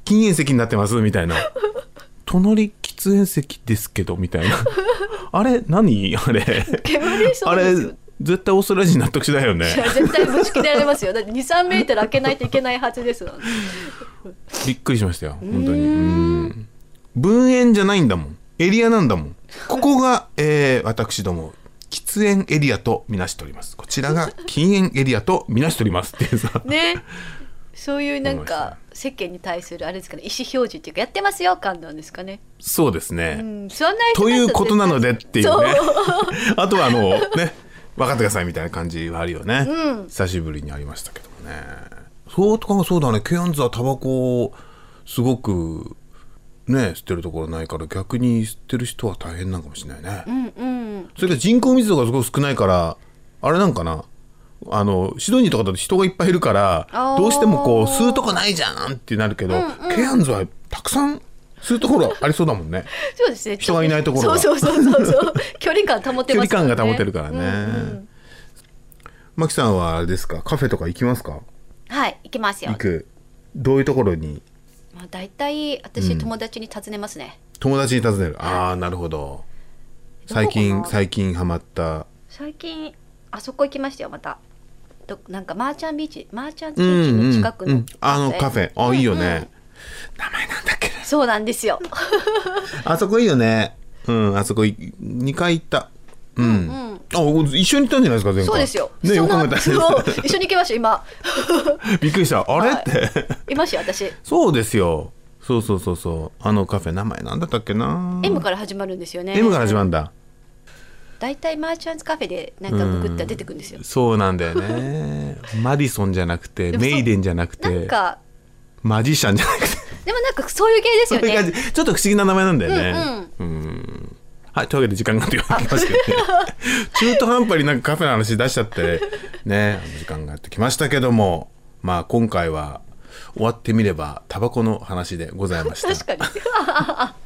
[SPEAKER 7] 禁煙席になってます」みたいな「隣喫煙席ですけど」みたいな「あれ何あれ」
[SPEAKER 9] 煙 そ
[SPEAKER 7] あ
[SPEAKER 9] うで
[SPEAKER 7] れ
[SPEAKER 9] すよ。
[SPEAKER 7] 絶対オーストラリア人納得しないよね
[SPEAKER 9] いや絶対ぶち切られますよ。だって二三メートル開けないといけないはずですので。
[SPEAKER 7] びっくりしましたよ本当にうん分煙じゃないんだもんエリアなんだもんここが、えー私ども喫煙エリアとみなしておりますこちらが禁煙エリアとみなしておりますっていうさ
[SPEAKER 9] ね。そういうなんか世間に対するあれですかね意思表示っていうかやってますよ感なんですかね。
[SPEAKER 7] そうです
[SPEAKER 9] う
[SPEAKER 7] ね、
[SPEAKER 9] ん。吸わない人
[SPEAKER 7] と
[SPEAKER 9] たちは
[SPEAKER 7] いうことなのでっ
[SPEAKER 9] 絶
[SPEAKER 7] て
[SPEAKER 9] 対
[SPEAKER 7] いうね
[SPEAKER 9] そう
[SPEAKER 7] あとはあのね分かってくださいみたいな感じはあるよね、久しぶりにありましたけどもねそうとかそうだねケアンズはタバコをすごくね吸ってるところないから逆に吸ってる人は大変なのかもしれないね、
[SPEAKER 9] うんうん。
[SPEAKER 7] それから人口密度がすごく少ないからあれなんかなあのシドニーとかだと人がいっぱいいるから
[SPEAKER 9] あー
[SPEAKER 7] どうしてもこう吸うとこないじゃんってなるけど、ケアンズはたくさん吸うところありそうだもんね
[SPEAKER 9] そうですね。
[SPEAKER 7] 人がいないところは
[SPEAKER 9] そうそうそうそ うそう。距離感保て
[SPEAKER 7] 距
[SPEAKER 9] ま
[SPEAKER 7] 離
[SPEAKER 9] すから
[SPEAKER 7] 感
[SPEAKER 9] ね。
[SPEAKER 7] が保てるからね、
[SPEAKER 9] うん
[SPEAKER 7] マキさんはあれですかカフェとか行きますか
[SPEAKER 9] はい行きますよ
[SPEAKER 7] 行。くどういうところに
[SPEAKER 9] まあ、大体私、友達に尋ねますね
[SPEAKER 7] 友達に尋ねるああなるほど最
[SPEAKER 9] ど
[SPEAKER 7] 近
[SPEAKER 9] こかな
[SPEAKER 7] 最近ハマった
[SPEAKER 9] 最近あそこ行きましたよまたどなんかマーチャンビーチマーチャンビーチの近く
[SPEAKER 7] う
[SPEAKER 9] の
[SPEAKER 7] んあのカフェあいいよね、
[SPEAKER 9] うんうん
[SPEAKER 7] 名前なんだっけな
[SPEAKER 9] そうなんですよ
[SPEAKER 7] あそこいいよね。うん、あそこい2回行った。うん。あ、一緒に行ったんじゃないですか、前回。
[SPEAKER 9] そうですよ
[SPEAKER 7] ね、
[SPEAKER 9] そ
[SPEAKER 7] よ
[SPEAKER 9] ん
[SPEAKER 7] く
[SPEAKER 9] な
[SPEAKER 7] 考えた
[SPEAKER 9] そう
[SPEAKER 7] ら。
[SPEAKER 9] 一緒に行きました今
[SPEAKER 7] びっくりした。あれ、
[SPEAKER 9] はい
[SPEAKER 7] って。
[SPEAKER 9] いましたよ私
[SPEAKER 7] そうですよ。そうそうそうそう。あのカフェ、名前なんだったっけな
[SPEAKER 9] M から始まるんですよね
[SPEAKER 7] M から始まるんだ。
[SPEAKER 9] 大体マーチャンズカフェでなんかググったら出てくるんですよ
[SPEAKER 7] そうなんだよね。マディソンじゃなくて、
[SPEAKER 9] でもそう
[SPEAKER 7] メイデンじゃなく
[SPEAKER 9] な
[SPEAKER 7] て
[SPEAKER 9] ん、か
[SPEAKER 7] マジシャンじゃなくて。
[SPEAKER 9] でもなんかそういう系です
[SPEAKER 7] そうい
[SPEAKER 9] よ
[SPEAKER 7] う感
[SPEAKER 9] ね
[SPEAKER 7] じ。ちょっと不思議な名前なんだよね。うん、はい、というわけで時間がやってきましたけどね。 中途半端になんかカフェの話出しちゃって、ね、あの時間がやってきましたけども、まあ今回は終わってみればタバコの話でございました。
[SPEAKER 9] 確かに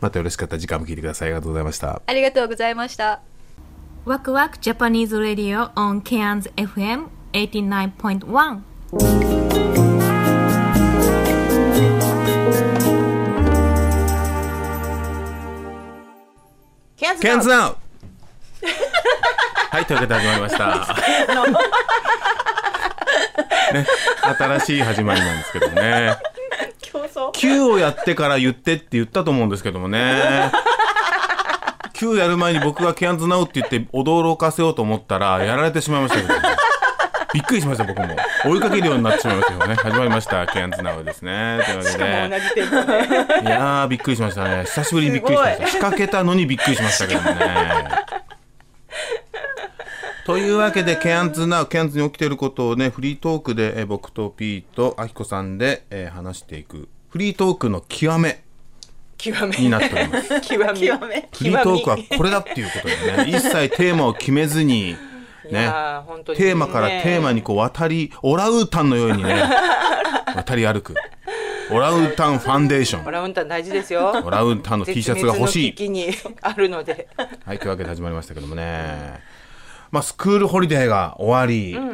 [SPEAKER 7] またよろしかったら時間も聞いてくださいありがとうございました
[SPEAKER 9] ありがとうございました。
[SPEAKER 10] ワクワクジャパニーズラディオ on Cairns FM 89.1
[SPEAKER 8] ケン
[SPEAKER 7] ケンズナウ はいというわけで始まりました ね新しい始まりなんですけど ね
[SPEAKER 11] 競争
[SPEAKER 7] Q をやってから言ってって言ったと思うんですけどもね Q やる前に僕がケンズナウって言って驚かせようと思ったらやられてしまいましたけど、びっくりしました僕も追いかけるようになってしまいましたけどね始まりましたケンズナウですねというわけで
[SPEAKER 11] しかも同じテンポで
[SPEAKER 7] いやーびっくりしましたね久しぶりにびっくりしまし
[SPEAKER 11] すご
[SPEAKER 7] た
[SPEAKER 11] い
[SPEAKER 7] 仕掛けたのにびっくりしましたけどもねというわけでケアンズなケアンズに起きていることをねフリートークでえー僕とピーとアヒコさんで、えー話していくフリートークの極め
[SPEAKER 11] 極め
[SPEAKER 7] になっております
[SPEAKER 11] 極め極め
[SPEAKER 7] フリートークはこれだっていうことでね 一切テーマを決めずに
[SPEAKER 11] い
[SPEAKER 7] ね
[SPEAKER 11] やー本当にね
[SPEAKER 7] テーマからテーマにこう渡りオランウータンのようにね 渡り歩くオランウータンファンデーション
[SPEAKER 11] オランウータン大事ですよ
[SPEAKER 7] オランウータンの T シャツが欲しい
[SPEAKER 11] 絶滅の危機にあるので
[SPEAKER 7] はい、というわけで始まりましたけどもね。まあ、スクールホリデーが終わり、
[SPEAKER 11] うん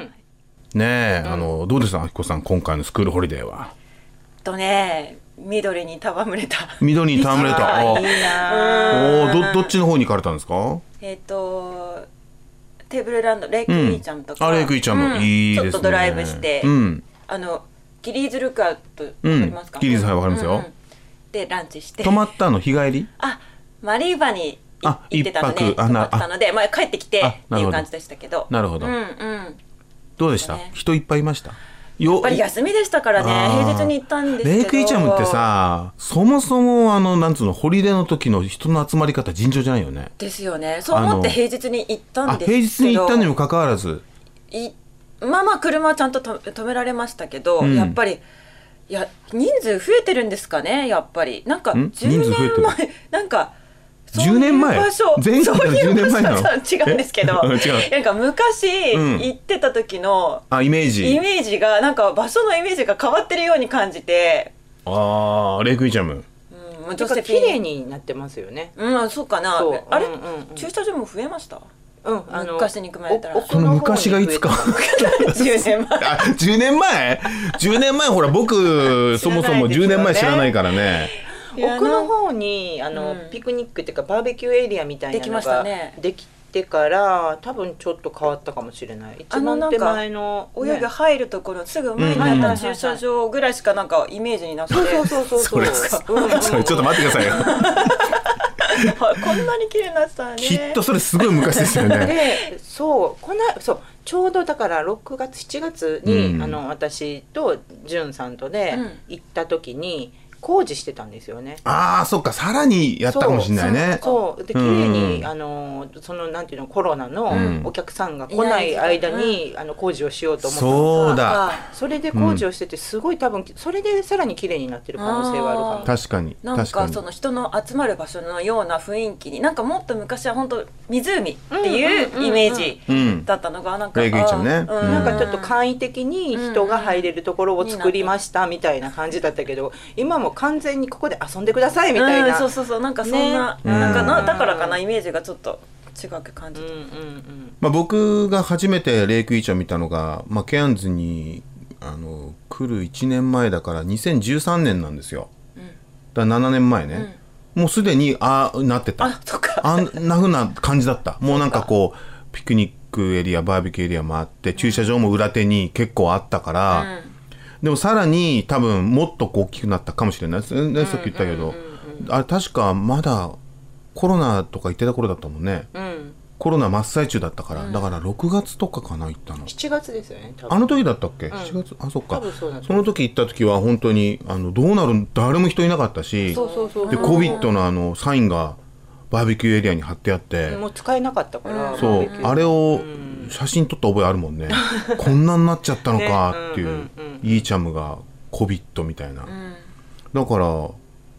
[SPEAKER 7] ねえ、あの、どうでしたあきこさん、今回のスクールホリデーは。
[SPEAKER 11] とね緑に戯れた
[SPEAKER 7] 緑に戯れた。
[SPEAKER 11] あ
[SPEAKER 7] あ
[SPEAKER 11] ーいいな
[SPEAKER 7] おーど、どっちの方に行かれたんですか
[SPEAKER 11] えっ、とテーブルランドレイクイーちゃんとか、
[SPEAKER 7] うんあレイクイーちゃんの
[SPEAKER 11] う
[SPEAKER 7] いいですね
[SPEAKER 11] ちょっとドライブして、
[SPEAKER 7] うん
[SPEAKER 11] あのギリーズルカートわか
[SPEAKER 7] う
[SPEAKER 11] り
[SPEAKER 7] ん
[SPEAKER 11] ますか、。
[SPEAKER 7] キリーズ、はい、わかります
[SPEAKER 11] うんう
[SPEAKER 7] よ
[SPEAKER 11] ん。でランチして
[SPEAKER 7] 泊まったの、日帰り
[SPEAKER 11] マリーバに
[SPEAKER 7] あ、
[SPEAKER 11] 行って
[SPEAKER 7] 一
[SPEAKER 11] たの
[SPEAKER 7] 泊
[SPEAKER 11] ね。泊ま
[SPEAKER 7] あ、
[SPEAKER 11] っ
[SPEAKER 7] な、
[SPEAKER 11] た
[SPEAKER 7] あ、
[SPEAKER 11] ので、まあ、帰ってきて
[SPEAKER 7] あ
[SPEAKER 11] って
[SPEAKER 7] なる
[SPEAKER 11] い
[SPEAKER 7] ほど
[SPEAKER 11] う感じでしたけど
[SPEAKER 7] なるほど
[SPEAKER 11] うんうん
[SPEAKER 7] どうでした人いっぱいいましたよ
[SPEAKER 11] やっぱり休みでしたからね
[SPEAKER 7] あー
[SPEAKER 11] 平日に行ったんですけど
[SPEAKER 7] レイクイチャムってさ、そもそも、あの、なんつうの、ホリデーの時の人の集まり方尋常じゃないよね。
[SPEAKER 11] ですよねそう思って
[SPEAKER 7] あの
[SPEAKER 11] 平日に行った
[SPEAKER 7] あ、
[SPEAKER 11] んですけ
[SPEAKER 7] 平
[SPEAKER 11] ど
[SPEAKER 7] 日に行ったにもかかわらず、
[SPEAKER 11] いまあまあ車はちゃんとと止められましたけど、
[SPEAKER 7] うん
[SPEAKER 11] やっぱりいや人数増えてるんですかねやっぱりなんか10
[SPEAKER 7] ん人数増えて
[SPEAKER 11] 年
[SPEAKER 7] る
[SPEAKER 11] 前なんか
[SPEAKER 7] 10年前
[SPEAKER 11] 場所
[SPEAKER 7] 前回から10年前なの
[SPEAKER 11] そういう場所とは違うんですけど
[SPEAKER 7] え 違う
[SPEAKER 11] なんか昔
[SPEAKER 7] うん
[SPEAKER 11] 行ってた時の
[SPEAKER 7] あ、イメージ。
[SPEAKER 11] イメージがなんか場所のイメージが変わってるように感じて、
[SPEAKER 7] あー、レイクイチャム。
[SPEAKER 11] うん、もう
[SPEAKER 8] な
[SPEAKER 11] 女
[SPEAKER 8] んか
[SPEAKER 11] 性
[SPEAKER 8] 綺麗になってますよね
[SPEAKER 11] うんそうかな
[SPEAKER 8] そう
[SPEAKER 11] あれ、
[SPEAKER 8] うんうんうん
[SPEAKER 11] 駐車場も増えました
[SPEAKER 8] うんあの
[SPEAKER 11] 昔に比べたら
[SPEAKER 7] その昔がいつか。
[SPEAKER 11] 10年前
[SPEAKER 7] あ、10年前 ?10 年前、ほら、僕、そもそも10年前知らないからね。
[SPEAKER 8] 奥の方にあの、ピクニックっていうかバーベキューエリアみたいな
[SPEAKER 11] でき
[SPEAKER 8] の
[SPEAKER 11] ました
[SPEAKER 8] が
[SPEAKER 11] ね
[SPEAKER 8] できてから多分ちょっと変わったかもしれない一
[SPEAKER 11] あのな
[SPEAKER 8] 番
[SPEAKER 11] んか
[SPEAKER 8] 手前の
[SPEAKER 11] お湯が入るところすぐ前にあった駐車場ぐらいしかなんかイメージになくて、そうそうそう
[SPEAKER 7] それ、 それちょっと待ってくださいよ。
[SPEAKER 11] こんなに綺麗になってたね
[SPEAKER 7] きっとそれすごい昔ですよね。
[SPEAKER 8] でそうこんなそうちょうどだから6月7月に、
[SPEAKER 7] うん
[SPEAKER 8] あの私とじゅんさんとで行った時に工事してたんですよね。
[SPEAKER 7] ああ、そっか、さらにやったかもしれないね。
[SPEAKER 8] そうそうで綺麗
[SPEAKER 7] う
[SPEAKER 8] に、
[SPEAKER 7] ん
[SPEAKER 8] あのそのなんていうのコロナ
[SPEAKER 7] うん
[SPEAKER 8] のお客さんが来ない間に、あの工事をしようと思った
[SPEAKER 7] そうだ
[SPEAKER 8] それで工事をしててすごい多分それでさらに綺麗になってる可能性はあるかも。
[SPEAKER 7] 確かに。
[SPEAKER 11] なん
[SPEAKER 7] 確か
[SPEAKER 11] か
[SPEAKER 7] に
[SPEAKER 11] そ。の人の集まる場所のような雰囲気になんかもっと昔は本当湖っていうイメージ
[SPEAKER 7] うん。
[SPEAKER 11] だったのがなんか、
[SPEAKER 7] レイクイーちゃんね
[SPEAKER 11] あーうん
[SPEAKER 8] なんかちょっと簡易的に人が入れるところを作りましたみたいな感じだったけど今もう完全にここで遊んでくださいみたい
[SPEAKER 11] うん
[SPEAKER 8] な、
[SPEAKER 11] そうそうそうなんかそんな,、
[SPEAKER 7] ね
[SPEAKER 11] なんか
[SPEAKER 7] う
[SPEAKER 11] なんだからかなイメージがちょっと違く感じた、
[SPEAKER 7] まあ、僕が初めてレイクイーチャー見たのが、まあ、ケアンズにあの来る1年前だから2013年なんですよ、だから7年前ね、もうすでにああなってたあんなふうな感じだったもうなんかこうピクニックエリアバーベキューエリアもあって駐車場も裏手に結構あったから、でもさらに多分もっとこう大きくなったかもしれないですねさっき言ったけど、あれ確かまだコロナとか言ってた頃だったもんね、
[SPEAKER 8] うん、
[SPEAKER 7] コロナ真っ最中だったから、だから6月とかかな行ったの
[SPEAKER 8] 7月ですよね多分
[SPEAKER 7] あの時だったっけ、
[SPEAKER 8] うん
[SPEAKER 7] 7月あそっ
[SPEAKER 8] 多
[SPEAKER 7] か
[SPEAKER 8] 分そうだと
[SPEAKER 7] その時行った時は本当にあのどうなる誰も人いなかったし
[SPEAKER 8] そうそうそう
[SPEAKER 7] で COVID のあのサインがバーベキューエリアに貼ってあって、
[SPEAKER 8] もう使えなかったから、
[SPEAKER 7] そう、あれ
[SPEAKER 8] を
[SPEAKER 7] を写真撮った覚えあるもんね、こんなになっちゃったのかっていう、
[SPEAKER 8] ねうんうん
[SPEAKER 7] イーチャムが COVID みたいな、だから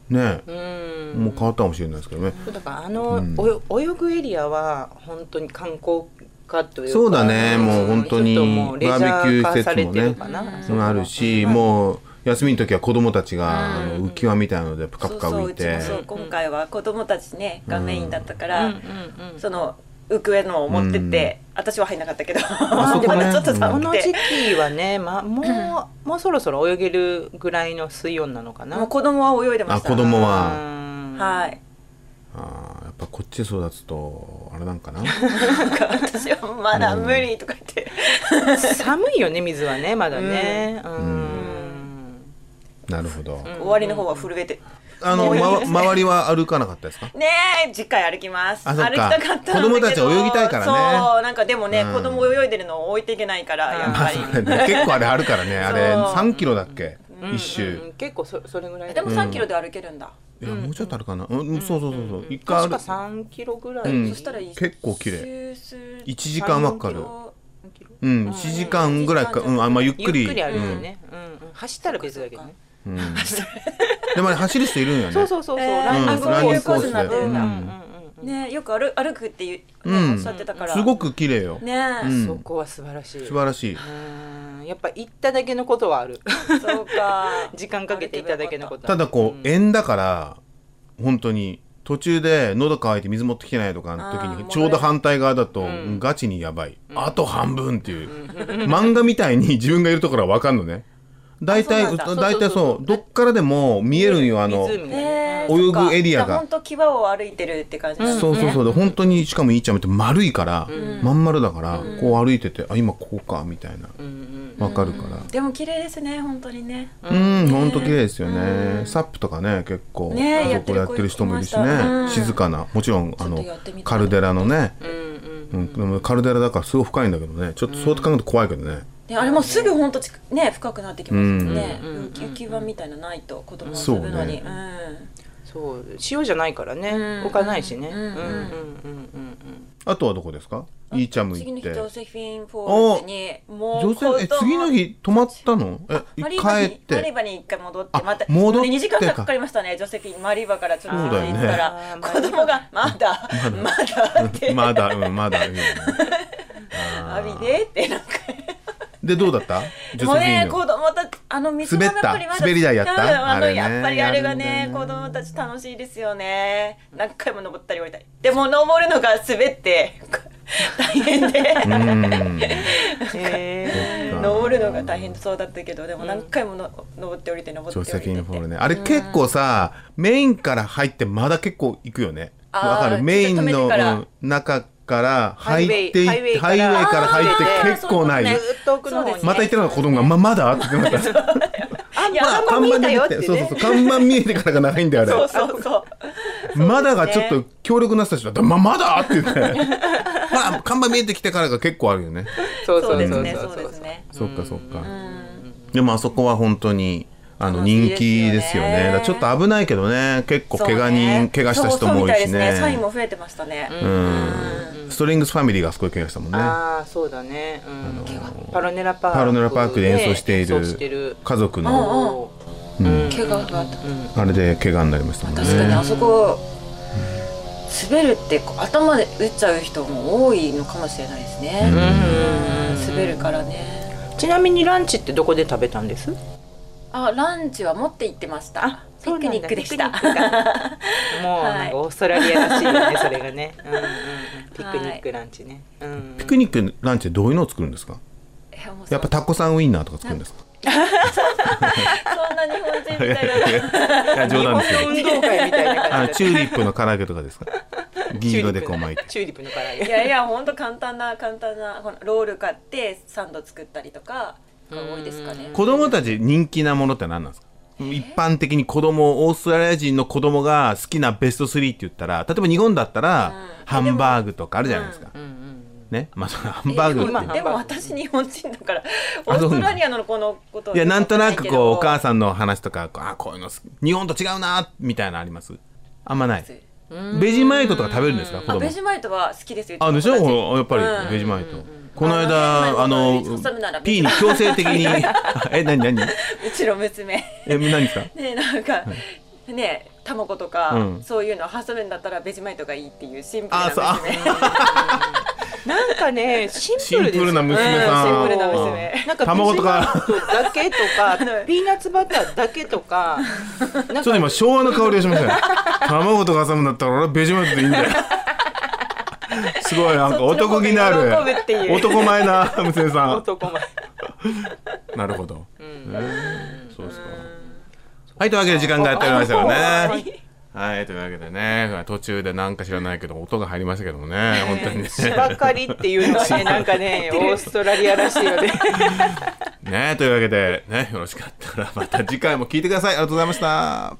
[SPEAKER 7] ね、もう変わったかもしれないですけどね、
[SPEAKER 8] だからあの、
[SPEAKER 7] うん
[SPEAKER 8] お泳ぐエリアは本当に観光化というか
[SPEAKER 7] そうだね、もう本当に
[SPEAKER 8] ちょっともうレジャ
[SPEAKER 7] バーベキュー施
[SPEAKER 8] 化さ
[SPEAKER 7] 設
[SPEAKER 8] れ
[SPEAKER 7] も
[SPEAKER 8] てる
[SPEAKER 7] ね
[SPEAKER 8] かな、
[SPEAKER 7] うんあるし、もう休みの時は子供たちが、あの浮き輪みたいのでプカ
[SPEAKER 11] そ
[SPEAKER 7] プ
[SPEAKER 11] う
[SPEAKER 7] カ
[SPEAKER 11] そう
[SPEAKER 7] 浮
[SPEAKER 11] う
[SPEAKER 7] い
[SPEAKER 11] ち
[SPEAKER 7] て
[SPEAKER 11] もそう今回は子供たちねがメインだったか
[SPEAKER 9] うん
[SPEAKER 11] らその浮くえのを持ってって私は入んなかったけど
[SPEAKER 8] あそ
[SPEAKER 11] ま
[SPEAKER 8] こね
[SPEAKER 11] だちょっと
[SPEAKER 8] こ
[SPEAKER 11] 寒
[SPEAKER 8] の
[SPEAKER 11] くて
[SPEAKER 8] 時期はね、まあ、もう、もうそろそろ泳げるぐらいの水温なのかな。
[SPEAKER 11] もう子供は泳いでま
[SPEAKER 7] あ
[SPEAKER 11] した
[SPEAKER 7] 子供は
[SPEAKER 11] はい
[SPEAKER 7] あーやっぱこっちで育つとあれなんかな
[SPEAKER 11] なんか私はまだ無理とか言って
[SPEAKER 8] 寒いよね、水はね、まだね。
[SPEAKER 7] なるほど
[SPEAKER 11] 終わりの方は震えて
[SPEAKER 7] あの、
[SPEAKER 11] もういい
[SPEAKER 7] ま
[SPEAKER 11] ですね
[SPEAKER 7] 周りは歩かなかったですか
[SPEAKER 11] ねえ次回歩きます
[SPEAKER 7] あそっか
[SPEAKER 11] 歩きたかったんだけど
[SPEAKER 7] 子供たちは泳ぎたいからね
[SPEAKER 11] そうなんかでもね、
[SPEAKER 7] うん
[SPEAKER 11] 子供泳いでるのを置いていけないからやっぱり、
[SPEAKER 7] 結構あれあるからねあれ
[SPEAKER 11] そう
[SPEAKER 7] 3キロだっけ一周
[SPEAKER 8] 結構そそれぐらい
[SPEAKER 11] でも
[SPEAKER 7] うん
[SPEAKER 11] 3キロで歩けるんだ、
[SPEAKER 7] いやもうちょっとあるかなうんそうそうそうそう一回あ
[SPEAKER 8] 確
[SPEAKER 7] る
[SPEAKER 8] か3キロぐらい。
[SPEAKER 7] うん
[SPEAKER 11] そしたら一周
[SPEAKER 7] 結構綺麗
[SPEAKER 11] 数
[SPEAKER 7] 1時間はかかるうん1時間ぐらいか
[SPEAKER 8] うん
[SPEAKER 7] うんあんまゆっくり
[SPEAKER 8] ゆっくり歩いて
[SPEAKER 7] うん
[SPEAKER 8] ね、うんうん走ったら別だけどね。
[SPEAKER 7] うんでもあれ走る人いるんよね
[SPEAKER 8] そうそうそうそうランニング
[SPEAKER 7] んランニング
[SPEAKER 11] コ
[SPEAKER 7] コ
[SPEAKER 11] ー
[SPEAKER 7] ー
[SPEAKER 11] ス
[SPEAKER 7] ス
[SPEAKER 11] に
[SPEAKER 7] で
[SPEAKER 11] なってるんだ、
[SPEAKER 7] う
[SPEAKER 11] うんんねよく歩歩くっていう、ね
[SPEAKER 7] うん
[SPEAKER 11] おっしゃってたから
[SPEAKER 7] すごく綺麗よ
[SPEAKER 11] ねえ
[SPEAKER 7] うん
[SPEAKER 8] そこは素晴らしい。
[SPEAKER 7] 素晴らしい
[SPEAKER 8] うんやっぱ行っただけのこと はある。
[SPEAKER 11] そうか。
[SPEAKER 8] 時間かけて行っただけのことはあ
[SPEAKER 7] た
[SPEAKER 8] る。
[SPEAKER 7] だこう縁だから本当に途中で喉乾いて水持ってきてないとかの時
[SPEAKER 8] あー戻
[SPEAKER 7] に
[SPEAKER 8] れ
[SPEAKER 7] ちょうど反対側だとガチにやばいあと半分っていう 漫画みたいに自分がいるところは分かんのね大体
[SPEAKER 11] あそうなんだ
[SPEAKER 7] 大体そうどっからでも見えるんよあの
[SPEAKER 11] ねえ
[SPEAKER 7] 泳ぐエリアが
[SPEAKER 11] 本当際を歩いてるって感じなんだね
[SPEAKER 7] そうそうそうで本当にしかもいいちゃんって丸いから
[SPEAKER 11] うん
[SPEAKER 7] まん丸だから
[SPEAKER 11] うん
[SPEAKER 7] こう歩いててあ今ここかみたいな分かるから
[SPEAKER 11] でも綺麗ですね本当にね
[SPEAKER 7] うん、ほんと綺麗ですよね。サップとかね、結構、
[SPEAKER 11] ねえ
[SPEAKER 7] あそこ
[SPEAKER 11] や
[SPEAKER 7] や
[SPEAKER 11] っる
[SPEAKER 7] って
[SPEAKER 11] 子
[SPEAKER 7] てる人もいるし
[SPEAKER 11] いましたう
[SPEAKER 7] ね
[SPEAKER 11] ん。
[SPEAKER 7] 静かな、もちろん、あの
[SPEAKER 11] やってみ、たい
[SPEAKER 7] カルデラのね。うん、でもカルデラだからすごい深いんだけどね。ちょっとそうやって考えると怖いけどね。
[SPEAKER 11] ねあれもうすぐ本当ちくね深くなってきますよね
[SPEAKER 8] うんうんうんうん
[SPEAKER 11] 浮き浮き輪みたいなのないと子供
[SPEAKER 7] そう
[SPEAKER 11] 遊
[SPEAKER 7] ね
[SPEAKER 11] ぶのにうん
[SPEAKER 8] そう塩じゃないからね、
[SPEAKER 11] うん
[SPEAKER 8] 置かないしね。
[SPEAKER 11] う
[SPEAKER 8] うん
[SPEAKER 11] う
[SPEAKER 8] んうんん
[SPEAKER 11] う
[SPEAKER 8] う
[SPEAKER 11] う
[SPEAKER 8] んん
[SPEAKER 11] ん
[SPEAKER 8] うん
[SPEAKER 7] あとはどこですかイーチャム
[SPEAKER 11] 次
[SPEAKER 7] 行
[SPEAKER 11] の
[SPEAKER 7] っ
[SPEAKER 11] 日ジョ
[SPEAKER 7] て。
[SPEAKER 11] セフィンフォールズにもう
[SPEAKER 7] 女性、え、次の日泊まったのえ、
[SPEAKER 11] マリ
[SPEAKER 7] 帰
[SPEAKER 11] ーバに
[SPEAKER 7] っ
[SPEAKER 11] マリー
[SPEAKER 7] て。
[SPEAKER 11] バに一回戻ってまた
[SPEAKER 7] 戻ってか
[SPEAKER 11] 2時間ぐらいかかりましたねジョセフィンマリーバからちょっと
[SPEAKER 7] そうだよ
[SPEAKER 11] 行
[SPEAKER 7] ね
[SPEAKER 11] ったら子供がまだまだって
[SPEAKER 7] まだ、うん、まだ。うん
[SPEAKER 11] 浴びでってなんか
[SPEAKER 7] で、どうだった女
[SPEAKER 11] もうね
[SPEAKER 7] 性
[SPEAKER 11] 子供たちあの水の中にまだ
[SPEAKER 7] 滑った滑り台やった
[SPEAKER 11] うんあの
[SPEAKER 7] あれね
[SPEAKER 11] やっぱりあれが
[SPEAKER 7] や
[SPEAKER 11] ね
[SPEAKER 7] るんだ
[SPEAKER 11] 子供たち楽しいですよね何回も登ったり降りたりでも登るのが滑って こう大変で
[SPEAKER 7] うん。
[SPEAKER 11] 登るのが大変そうだったけどでも何回もの登って降りて登
[SPEAKER 7] ジョ
[SPEAKER 11] って降
[SPEAKER 7] セ
[SPEAKER 11] りて
[SPEAKER 7] フィンフォールね。あれ結構さ、メインから入ってまだ結構行くよね。
[SPEAKER 11] あー
[SPEAKER 7] わかるメイン
[SPEAKER 11] ちょっと止め
[SPEAKER 7] の
[SPEAKER 11] てから
[SPEAKER 7] うん中から入ってい
[SPEAKER 8] ハイウェイ
[SPEAKER 7] ハイウェイから入って結構ない。
[SPEAKER 8] ずっと奥の方に、
[SPEAKER 7] また行ってるのが子供が、ま、まだって言ってました。
[SPEAKER 8] あん
[SPEAKER 7] まあ
[SPEAKER 8] 看板見えたよっ
[SPEAKER 7] 出
[SPEAKER 8] て
[SPEAKER 7] て
[SPEAKER 8] ね
[SPEAKER 7] きそうそうそう。看板見えてからが長いんだよ、あれ。
[SPEAKER 11] そうそうそう
[SPEAKER 7] まだがちょっと強力な人たちだったら、ま、まだって言って。まあ、看板見えてきてからが結構あるよね。
[SPEAKER 8] そう
[SPEAKER 11] そ
[SPEAKER 8] そうう
[SPEAKER 11] です
[SPEAKER 8] そう
[SPEAKER 11] ね
[SPEAKER 8] そ
[SPEAKER 11] そう
[SPEAKER 8] う
[SPEAKER 11] ですね
[SPEAKER 7] そっかそっか。でもあそこは本当に、あの人気ですよね。だからちょっと危ないけどね、結構怪我人、怪我した人も多い
[SPEAKER 11] そうそうみたで
[SPEAKER 7] し
[SPEAKER 11] す
[SPEAKER 7] ね。
[SPEAKER 11] サインも増えてましたね
[SPEAKER 7] うんストリングスファミリーがあそこで怪我したもんね。
[SPEAKER 8] ああそうだね、うんパロネラパーク
[SPEAKER 7] パロネラパークで演奏してい
[SPEAKER 8] ね演
[SPEAKER 7] る
[SPEAKER 8] 奏してる
[SPEAKER 7] 家族の、う
[SPEAKER 11] うん
[SPEAKER 7] ん
[SPEAKER 11] 怪我があった
[SPEAKER 7] あれで怪我になりましたもんね。
[SPEAKER 11] 確かにあそこ滑るってこう頭で打っちゃう人も多いのかもしれないですね
[SPEAKER 7] うん
[SPEAKER 11] うん滑るからね
[SPEAKER 8] ちなみにランチってどこで食べたんです
[SPEAKER 11] あランチは持って行ってましたピクニックでした
[SPEAKER 8] もう
[SPEAKER 11] はい
[SPEAKER 8] なんかオーストラリアらしいよね、それがね、 うんうんうん、ピクニックランチね、うん
[SPEAKER 7] ピクニックランチでどういうのを作るんですかやっぱタコさんウインナーとか作るんですか
[SPEAKER 11] そんな日本人みたいない
[SPEAKER 7] や冗談ですけど
[SPEAKER 8] 運動会み たいな
[SPEAKER 7] あ
[SPEAKER 8] 感
[SPEAKER 7] の
[SPEAKER 8] じ
[SPEAKER 7] チューリップの唐揚げとかですか銀色でこう巻いて。
[SPEAKER 8] チューリップの唐揚げ
[SPEAKER 11] いやいや本当簡単な簡単なこのロール買ってサンド作ったりとかが多いですかね
[SPEAKER 7] 子供たち人気なものって何なんですか一般的に子供オーストラリア人の子供が好きなベスト3って言ったら例えば日本だったら、ハンバーグとかあるじゃないですか、ねまあそのハンバーグって
[SPEAKER 11] でもでも私日本人だからオ
[SPEAKER 7] あ
[SPEAKER 11] ー
[SPEAKER 7] そう
[SPEAKER 11] ス
[SPEAKER 7] な
[SPEAKER 11] ト
[SPEAKER 7] んだ
[SPEAKER 11] ラリアのこのこと
[SPEAKER 7] いやなんとなく
[SPEAKER 11] わから
[SPEAKER 7] こうお
[SPEAKER 11] ない
[SPEAKER 7] 母さんの話とかあこういうの好き日本と違うなみたいなのありますあんまないベジマイトとか食べるんですか子
[SPEAKER 11] けどあ
[SPEAKER 7] 供
[SPEAKER 11] ベジマイトは好きですよ
[SPEAKER 7] あでしょ
[SPEAKER 11] 友達
[SPEAKER 7] ほらやっ
[SPEAKER 11] う
[SPEAKER 7] ぱ
[SPEAKER 11] ん
[SPEAKER 7] りベジマイトこの間あ
[SPEAKER 11] あの
[SPEAKER 7] の
[SPEAKER 11] ベジマイトが挟むならベ
[SPEAKER 7] P
[SPEAKER 11] ジ
[SPEAKER 7] に
[SPEAKER 11] マイト
[SPEAKER 7] 強制的 にえ何何
[SPEAKER 11] うちの娘
[SPEAKER 7] え何ですか
[SPEAKER 11] ねなんか、ね卵とか、
[SPEAKER 7] うん
[SPEAKER 11] そういうのを挟むんだったらベジマイトがいいっていうシンプルな
[SPEAKER 7] あそうあ
[SPEAKER 11] 娘
[SPEAKER 8] なんかねシンプルです
[SPEAKER 7] シンプルな娘さん
[SPEAKER 8] うシンプルな娘
[SPEAKER 7] うん
[SPEAKER 8] なんか
[SPEAKER 7] 卵とか
[SPEAKER 8] ピーナッツだけとかピーナッツバターだけとか
[SPEAKER 7] ちょっと今昭和の香りがしま したね卵とか挟むんだったら俺はベジマルトでいいんだよすごいなんか男気のあ
[SPEAKER 8] そっちの方が喜ぶっていう
[SPEAKER 7] る男前な娘さん
[SPEAKER 8] 男前
[SPEAKER 7] なるほど、えーそうですかはいというわけで時間がやっておりましたからねはいというわけでね途中でなんか知らないけど音が入りましたけどもね本当にね
[SPEAKER 8] 芝刈りっていうのはねなんかねオーストラリアらしいよね
[SPEAKER 7] ねというわけでねよろしかったらまた次回も聞いてくださいありがとうございました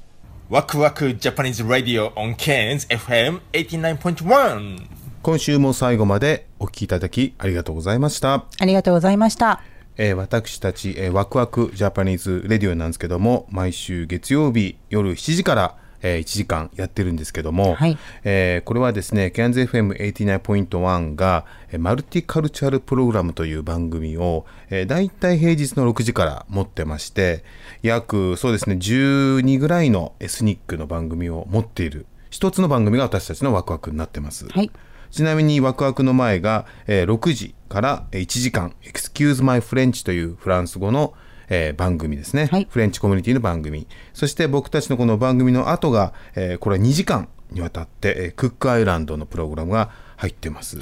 [SPEAKER 12] ワクワクジャパニーズラディオ on Cairns FM 89.1
[SPEAKER 7] 今週も最後までお聞きいただきありがとうございました
[SPEAKER 13] ありがとうございました。
[SPEAKER 7] えー私たち、えーワクワクジャパニーズレディオなんですけども毎週月曜日夜7時から、え1時間やってるんですけども、えーこれはですね CANZFM89.1 が、えーマルティカルチャルプログラムという番組を、えー、大体平日の6時から持ってまして約そうですね12ぐらいのエスニックの番組を持っている一つの番組が私たちのワクワクになってます。ちなみにワクワクの前が、えー6時からえー1時間「Excuse My French」というフランス語の、えー番組ですね、フレンチコミュニティの番組そして僕たちのこの番組の後が、えーこれは2時間にわたって、えークックアイランドのプログラムが入ってます。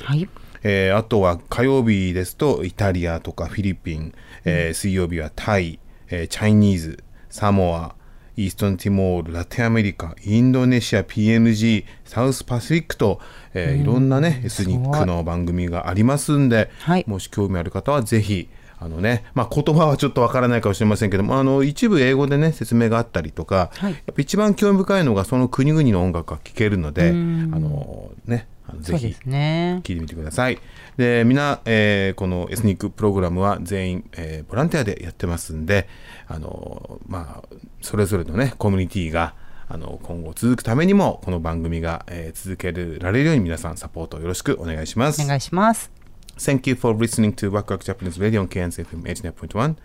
[SPEAKER 7] えーあとは火曜日ですとイタリアとかフィリピン、えー水曜日はタイ、えーチャイニーズサモアイーストンティモール、ラテンアメリカ、インドネシア、PNG、サウスパシフィックと、えーいろんなね、エスニックの番組がありますんで、もし興味ある方はぜひ、あのね、まあ、言葉はちょっとわからないかもしれませんけども、あの、一部英語でね、説明があったりとか、やっぱ一番興味深いのがその国々の音楽が聴けるので、あ
[SPEAKER 13] うん
[SPEAKER 7] の、ね、あのぜ
[SPEAKER 13] そう
[SPEAKER 7] ひ
[SPEAKER 13] ですね。
[SPEAKER 7] 聞いてみてください。で、みんな、えーこのエスニックプログラムは全員、えーボランティアでやってますんで、あのーまあ、それぞれのね、コミュニティが、あの、今後続くためにも、この番組が、えー続けられるように皆さんサポートをよろしくお願いします。お願い
[SPEAKER 13] します。
[SPEAKER 7] Thank you for listening to Wakwak Japanese Radio on KNZFM 89.1.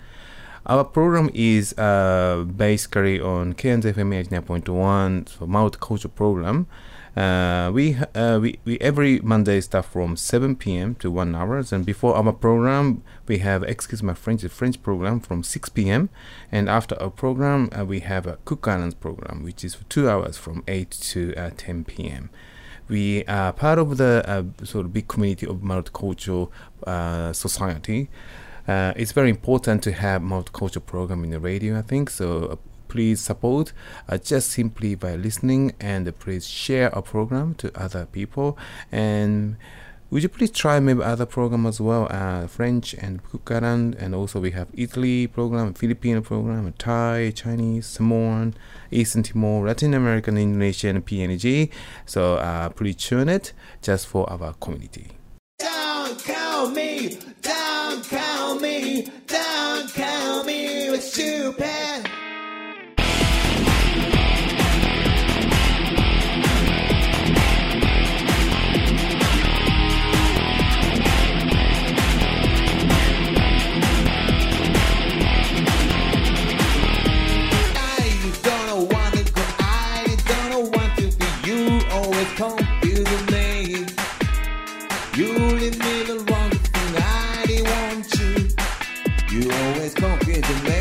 [SPEAKER 7] Our program is uh, basically on KNZFM 89.1 for Mouth Culture Program. Uh, we, uh, we we every Monday start from 7 p.m. to 1 hours, and before our program we have Excuse My French, the French program from 6 p.m. and after our program uh, we have a Cook Islands program, which is for two hours from 8 to uh, 10 p.m we are part of the uh, sort of big community of multicultural uh, society. Uh, it's very important to have multicultural program in the radio, I think. So uh, please support uh, just simply by listening and please share our program to other people. And would you please try maybe other program as well, uh, French and Kukaran, and also we have Italy program, Filipino program, Thai, Chinese, Samoan, Eastern Timor, Latin American, Indonesian, PNG. So uh, please tune it just for our community.
[SPEAKER 12] Don't call me, don't call me, don't call me with stupid. I don't want to go, I don't want to be you, always confusing me. You leave me the wrong thing I didn't want you. You always confusing me.